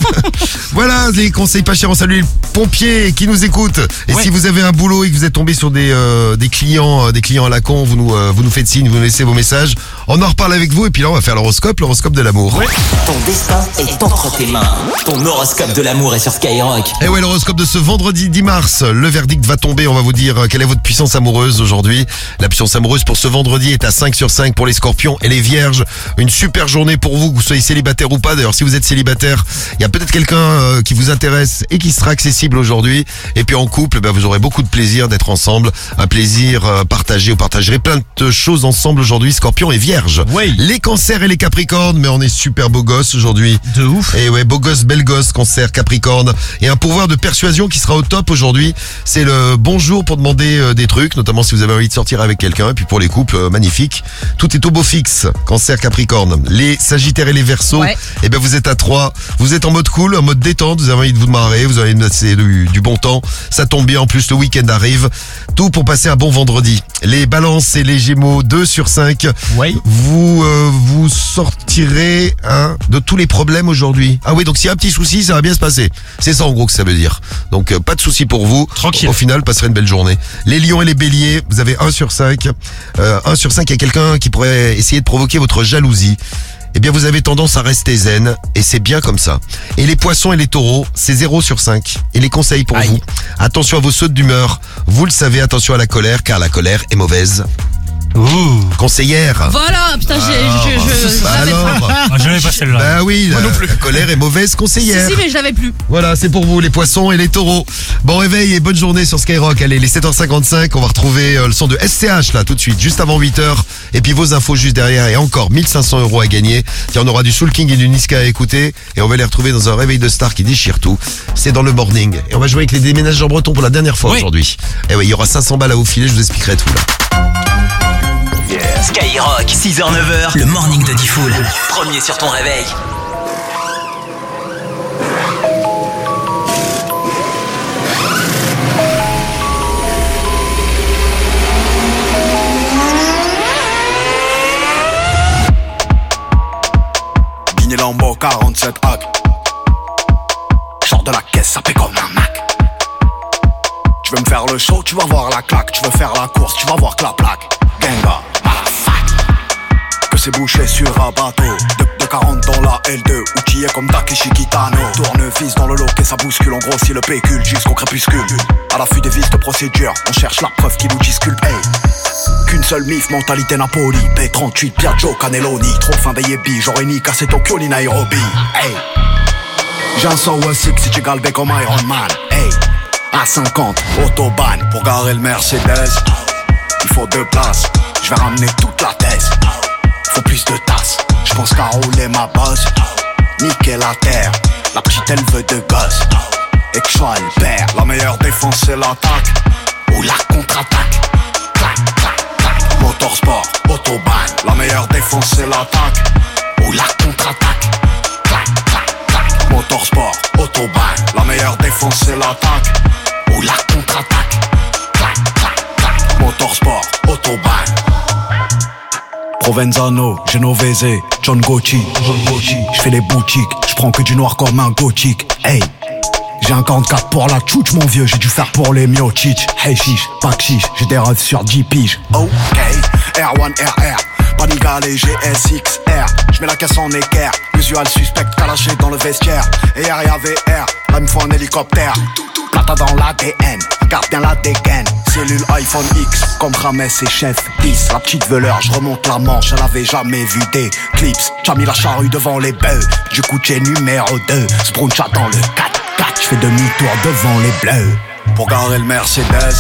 C: voilà, les conseils pas chers. On salue les pompiers qui nous écoutent. Et si vous avez un boulot et que vous êtes tombé sur des, euh, des clients, euh, des clients à la con, vous nous, euh, vous nous faites signe, vous nous laissez vos messages. On en reparle avec vous et puis là, on va faire l'horoscope, l'horoscope de l'amour.
B: Ton destin est entre tes mains. Ton horoscope de l'amour est sur Skyrock.
C: Et ouais, l'horoscope de ce vendredi 10 mars, le verdict va tomber, on va vous dire euh, quelle est votre puissance amoureuse aujourd'hui. La puissance amoureuse pour ce vendredi est à 5 sur 5 pour les scorpions et les vierges. Une super journée pour vous, que vous soyez célibataire ou pas. D'ailleurs, si vous êtes célibataire, il y a peut-être quelqu'un euh, qui vous intéresse et qui sera accessible aujourd'hui. Et puis en couple, ben, vous aurez beaucoup de plaisir d'être ensemble. Un plaisir euh, partagé, vous partagerez plein de choses ensemble aujourd'hui, scorpions et vierges. Les cancers et les capricornes, mais on est super beau gosse aujourd'hui.
W: De ouf.
C: Et Eh ouais, beau gosse, belle gosse, cancer, capricorne. Et un pouvoir de persuasion qui sera au top aujourd'hui. C'est le bonjour pour demander euh, des trucs, notamment si vous avez envie de sortir avec quelqu'un. Et puis pour les couples, euh, magnifique. Tout est au beau fixe. Cancer, capricorne. Les sagittaires et les versos.
E: Ouais.
C: Et ben vous êtes à 3. Vous êtes en mode cool, en mode détente. Vous avez envie de vous marrer. Vous avez c'est du, du bon temps. Ça tombe bien. En plus, le week-end arrive. Tout pour passer un bon vendredi. Les balances et les gémeaux, 2 sur 5. Vous, euh, vous sortirez hein, de tous les problèmes aujourd'hui. Ah oui, donc s'il y a un petit souci, ça va bien se passer. C'est ça en gros que ça veut dire. Donc euh, pas de souci pour vous. Tranquille. Au final, passerez une belle journée. Les lions et les béliers, vous avez 1 sur 5. Euh, 1 sur 5, il y a quelqu'un qui pourrait essayer de provoquer votre jalousie. Eh bien, vous avez tendance à rester zen, et c'est bien comme ça. Et les poissons et les taureaux, c'est 0 sur 5. Et les conseils pour vous, attention à vos sautes d'humeur. Vous le savez, attention à la colère, car la colère est mauvaise. Conseillère.
E: Voilà, putain, j'ai-
V: Ah,
E: je, je, je,
C: Bah
E: l'avais
C: alors.
E: pas.
V: j'avais pas celle-là.
C: Bah oui, la, la colère est mauvaise
E: Si,
C: conseillère.
E: si, mais je l'avais plus.
C: Voilà, c'est pour vous les poissons et les taureaux. Bon réveil et bonne journée sur Skyrock. Allez, les 7h55, on va retrouver euh, le son de SCH là tout de suite, juste avant 8h. Et puis vos infos juste derrière et encore 1500 euros à gagner. Tiens, on aura du Soul King et du Niska à écouter. Et on va les retrouver dans un réveil de star qui déchire tout. C'est dans le morning. Et on va jouer avec les déménages Eh en breton pour la dernière fois aujourd'hui. Et oui, il y aura 500 balles à vous filer, je vous expliquerai tout là.
B: Skyrock, 6h-9h, le morning de Diffoul. Premier sur ton réveil.
A: Guinée Lambo 47 hack. Sors de la caisse, ça fait comme un Mac. Tu veux me faire le show, tu vas voir la claque. Tu veux faire la course, tu vas voir que la plaque. Genga, malafac. Que c'est bouché sur un bateau. De, de 40 dans la L2, outillé comme Takeshi Kitano. Tournevis dans le loquet, ça bouscule. On grossit le pécule jusqu'au crépuscule. À l'affût des vices de procédure, on cherche la preuve qui nous disculpe. Hey. Qu'une seule mif, mentalité Napoli. P38, Piaggio, Caneloni. Trop fin des yébis, j'aurais ni cassé Tokyo ni Nairobi. Hey. J'ai un 106 si tu galbais comme Iron Man. Hey. À 50, autobahn. Pour garer le Mercedes, il faut deux places. Je vais ramener toute la thèse. Faut plus de tasses. Je pense qu'à rouler ma bosse. Niquer la terre. La petite elle veut de gosse. Et que je sois le père. La meilleure défense c'est l'attaque. Ou la contre-attaque. Clac, clac, clac. Motorsport, autobahn. La meilleure défense c'est l'attaque. Ou la contre-attaque. Clac, clac, clac. Motorsport, autobahn. La meilleure défense c'est l'attaque. Ou la contre-attaque. Clac, clac, clac. Motorsport, autobahn. Provenzano, Genovese, John Gotti. Je fais les boutiques, je prends que du noir comme un gothique. Hey, j'ai un 44 pour la tchouch, mon vieux, j'ai dû faire pour les miotiches. Hey chiche, pas que chiche, j'ai des rêves sur 10 piges. Ok, R1RR, Paniga les GSXR. Je mets la caisse en équerre, usual suspect calaché dans le vestiaire. Et RIA VR, là me faut un hélicoptère. Plata dans l'ADN, garde bien la dégaine. Cellule iPhone X, comme Rames et Chef 10. La petite veleur, je remonte la manche, elle avait jamais vu des clips. T'as mis la charrue devant les bœufs, du coup t'es numéro 2. Spruncha dans le 4 4 je fais demi-tour devant les bleus. Pour garer le Mercedes,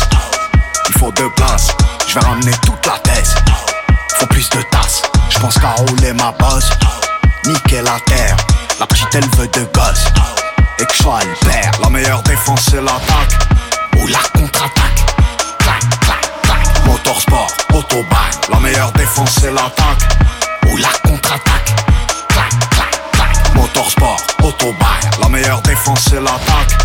A: il faut deux places. Je vais ramener toute la thèse. Faut plus de tasses. Je pense qu'à rouler ma bosse. Niquer la terre. La petite elle veut de gosse. Et que je sois le père. La meilleure défense c'est l'attaque. Ou la contre-attaque. Clac, clac, clac. Motorsport, autobahn. La meilleure défense c'est l'attaque. Ou la contre-attaque. Clac, clac, clac. Motorsport, autobahn. La meilleure défense c'est l'attaque.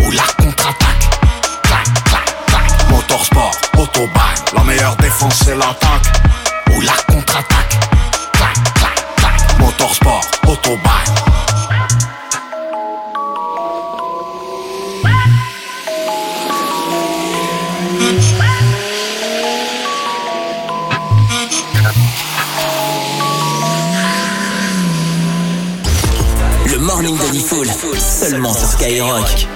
A: Ou la contre-attaque. Clac, clac, clac. Motorsport, autobahn. La meilleure défense c'est l'attaque. Ou la contre-attaque. Clac, clac, clac. Motorsport, autobahn.
B: Le morning de Diffoul, seulement sur Skyrock.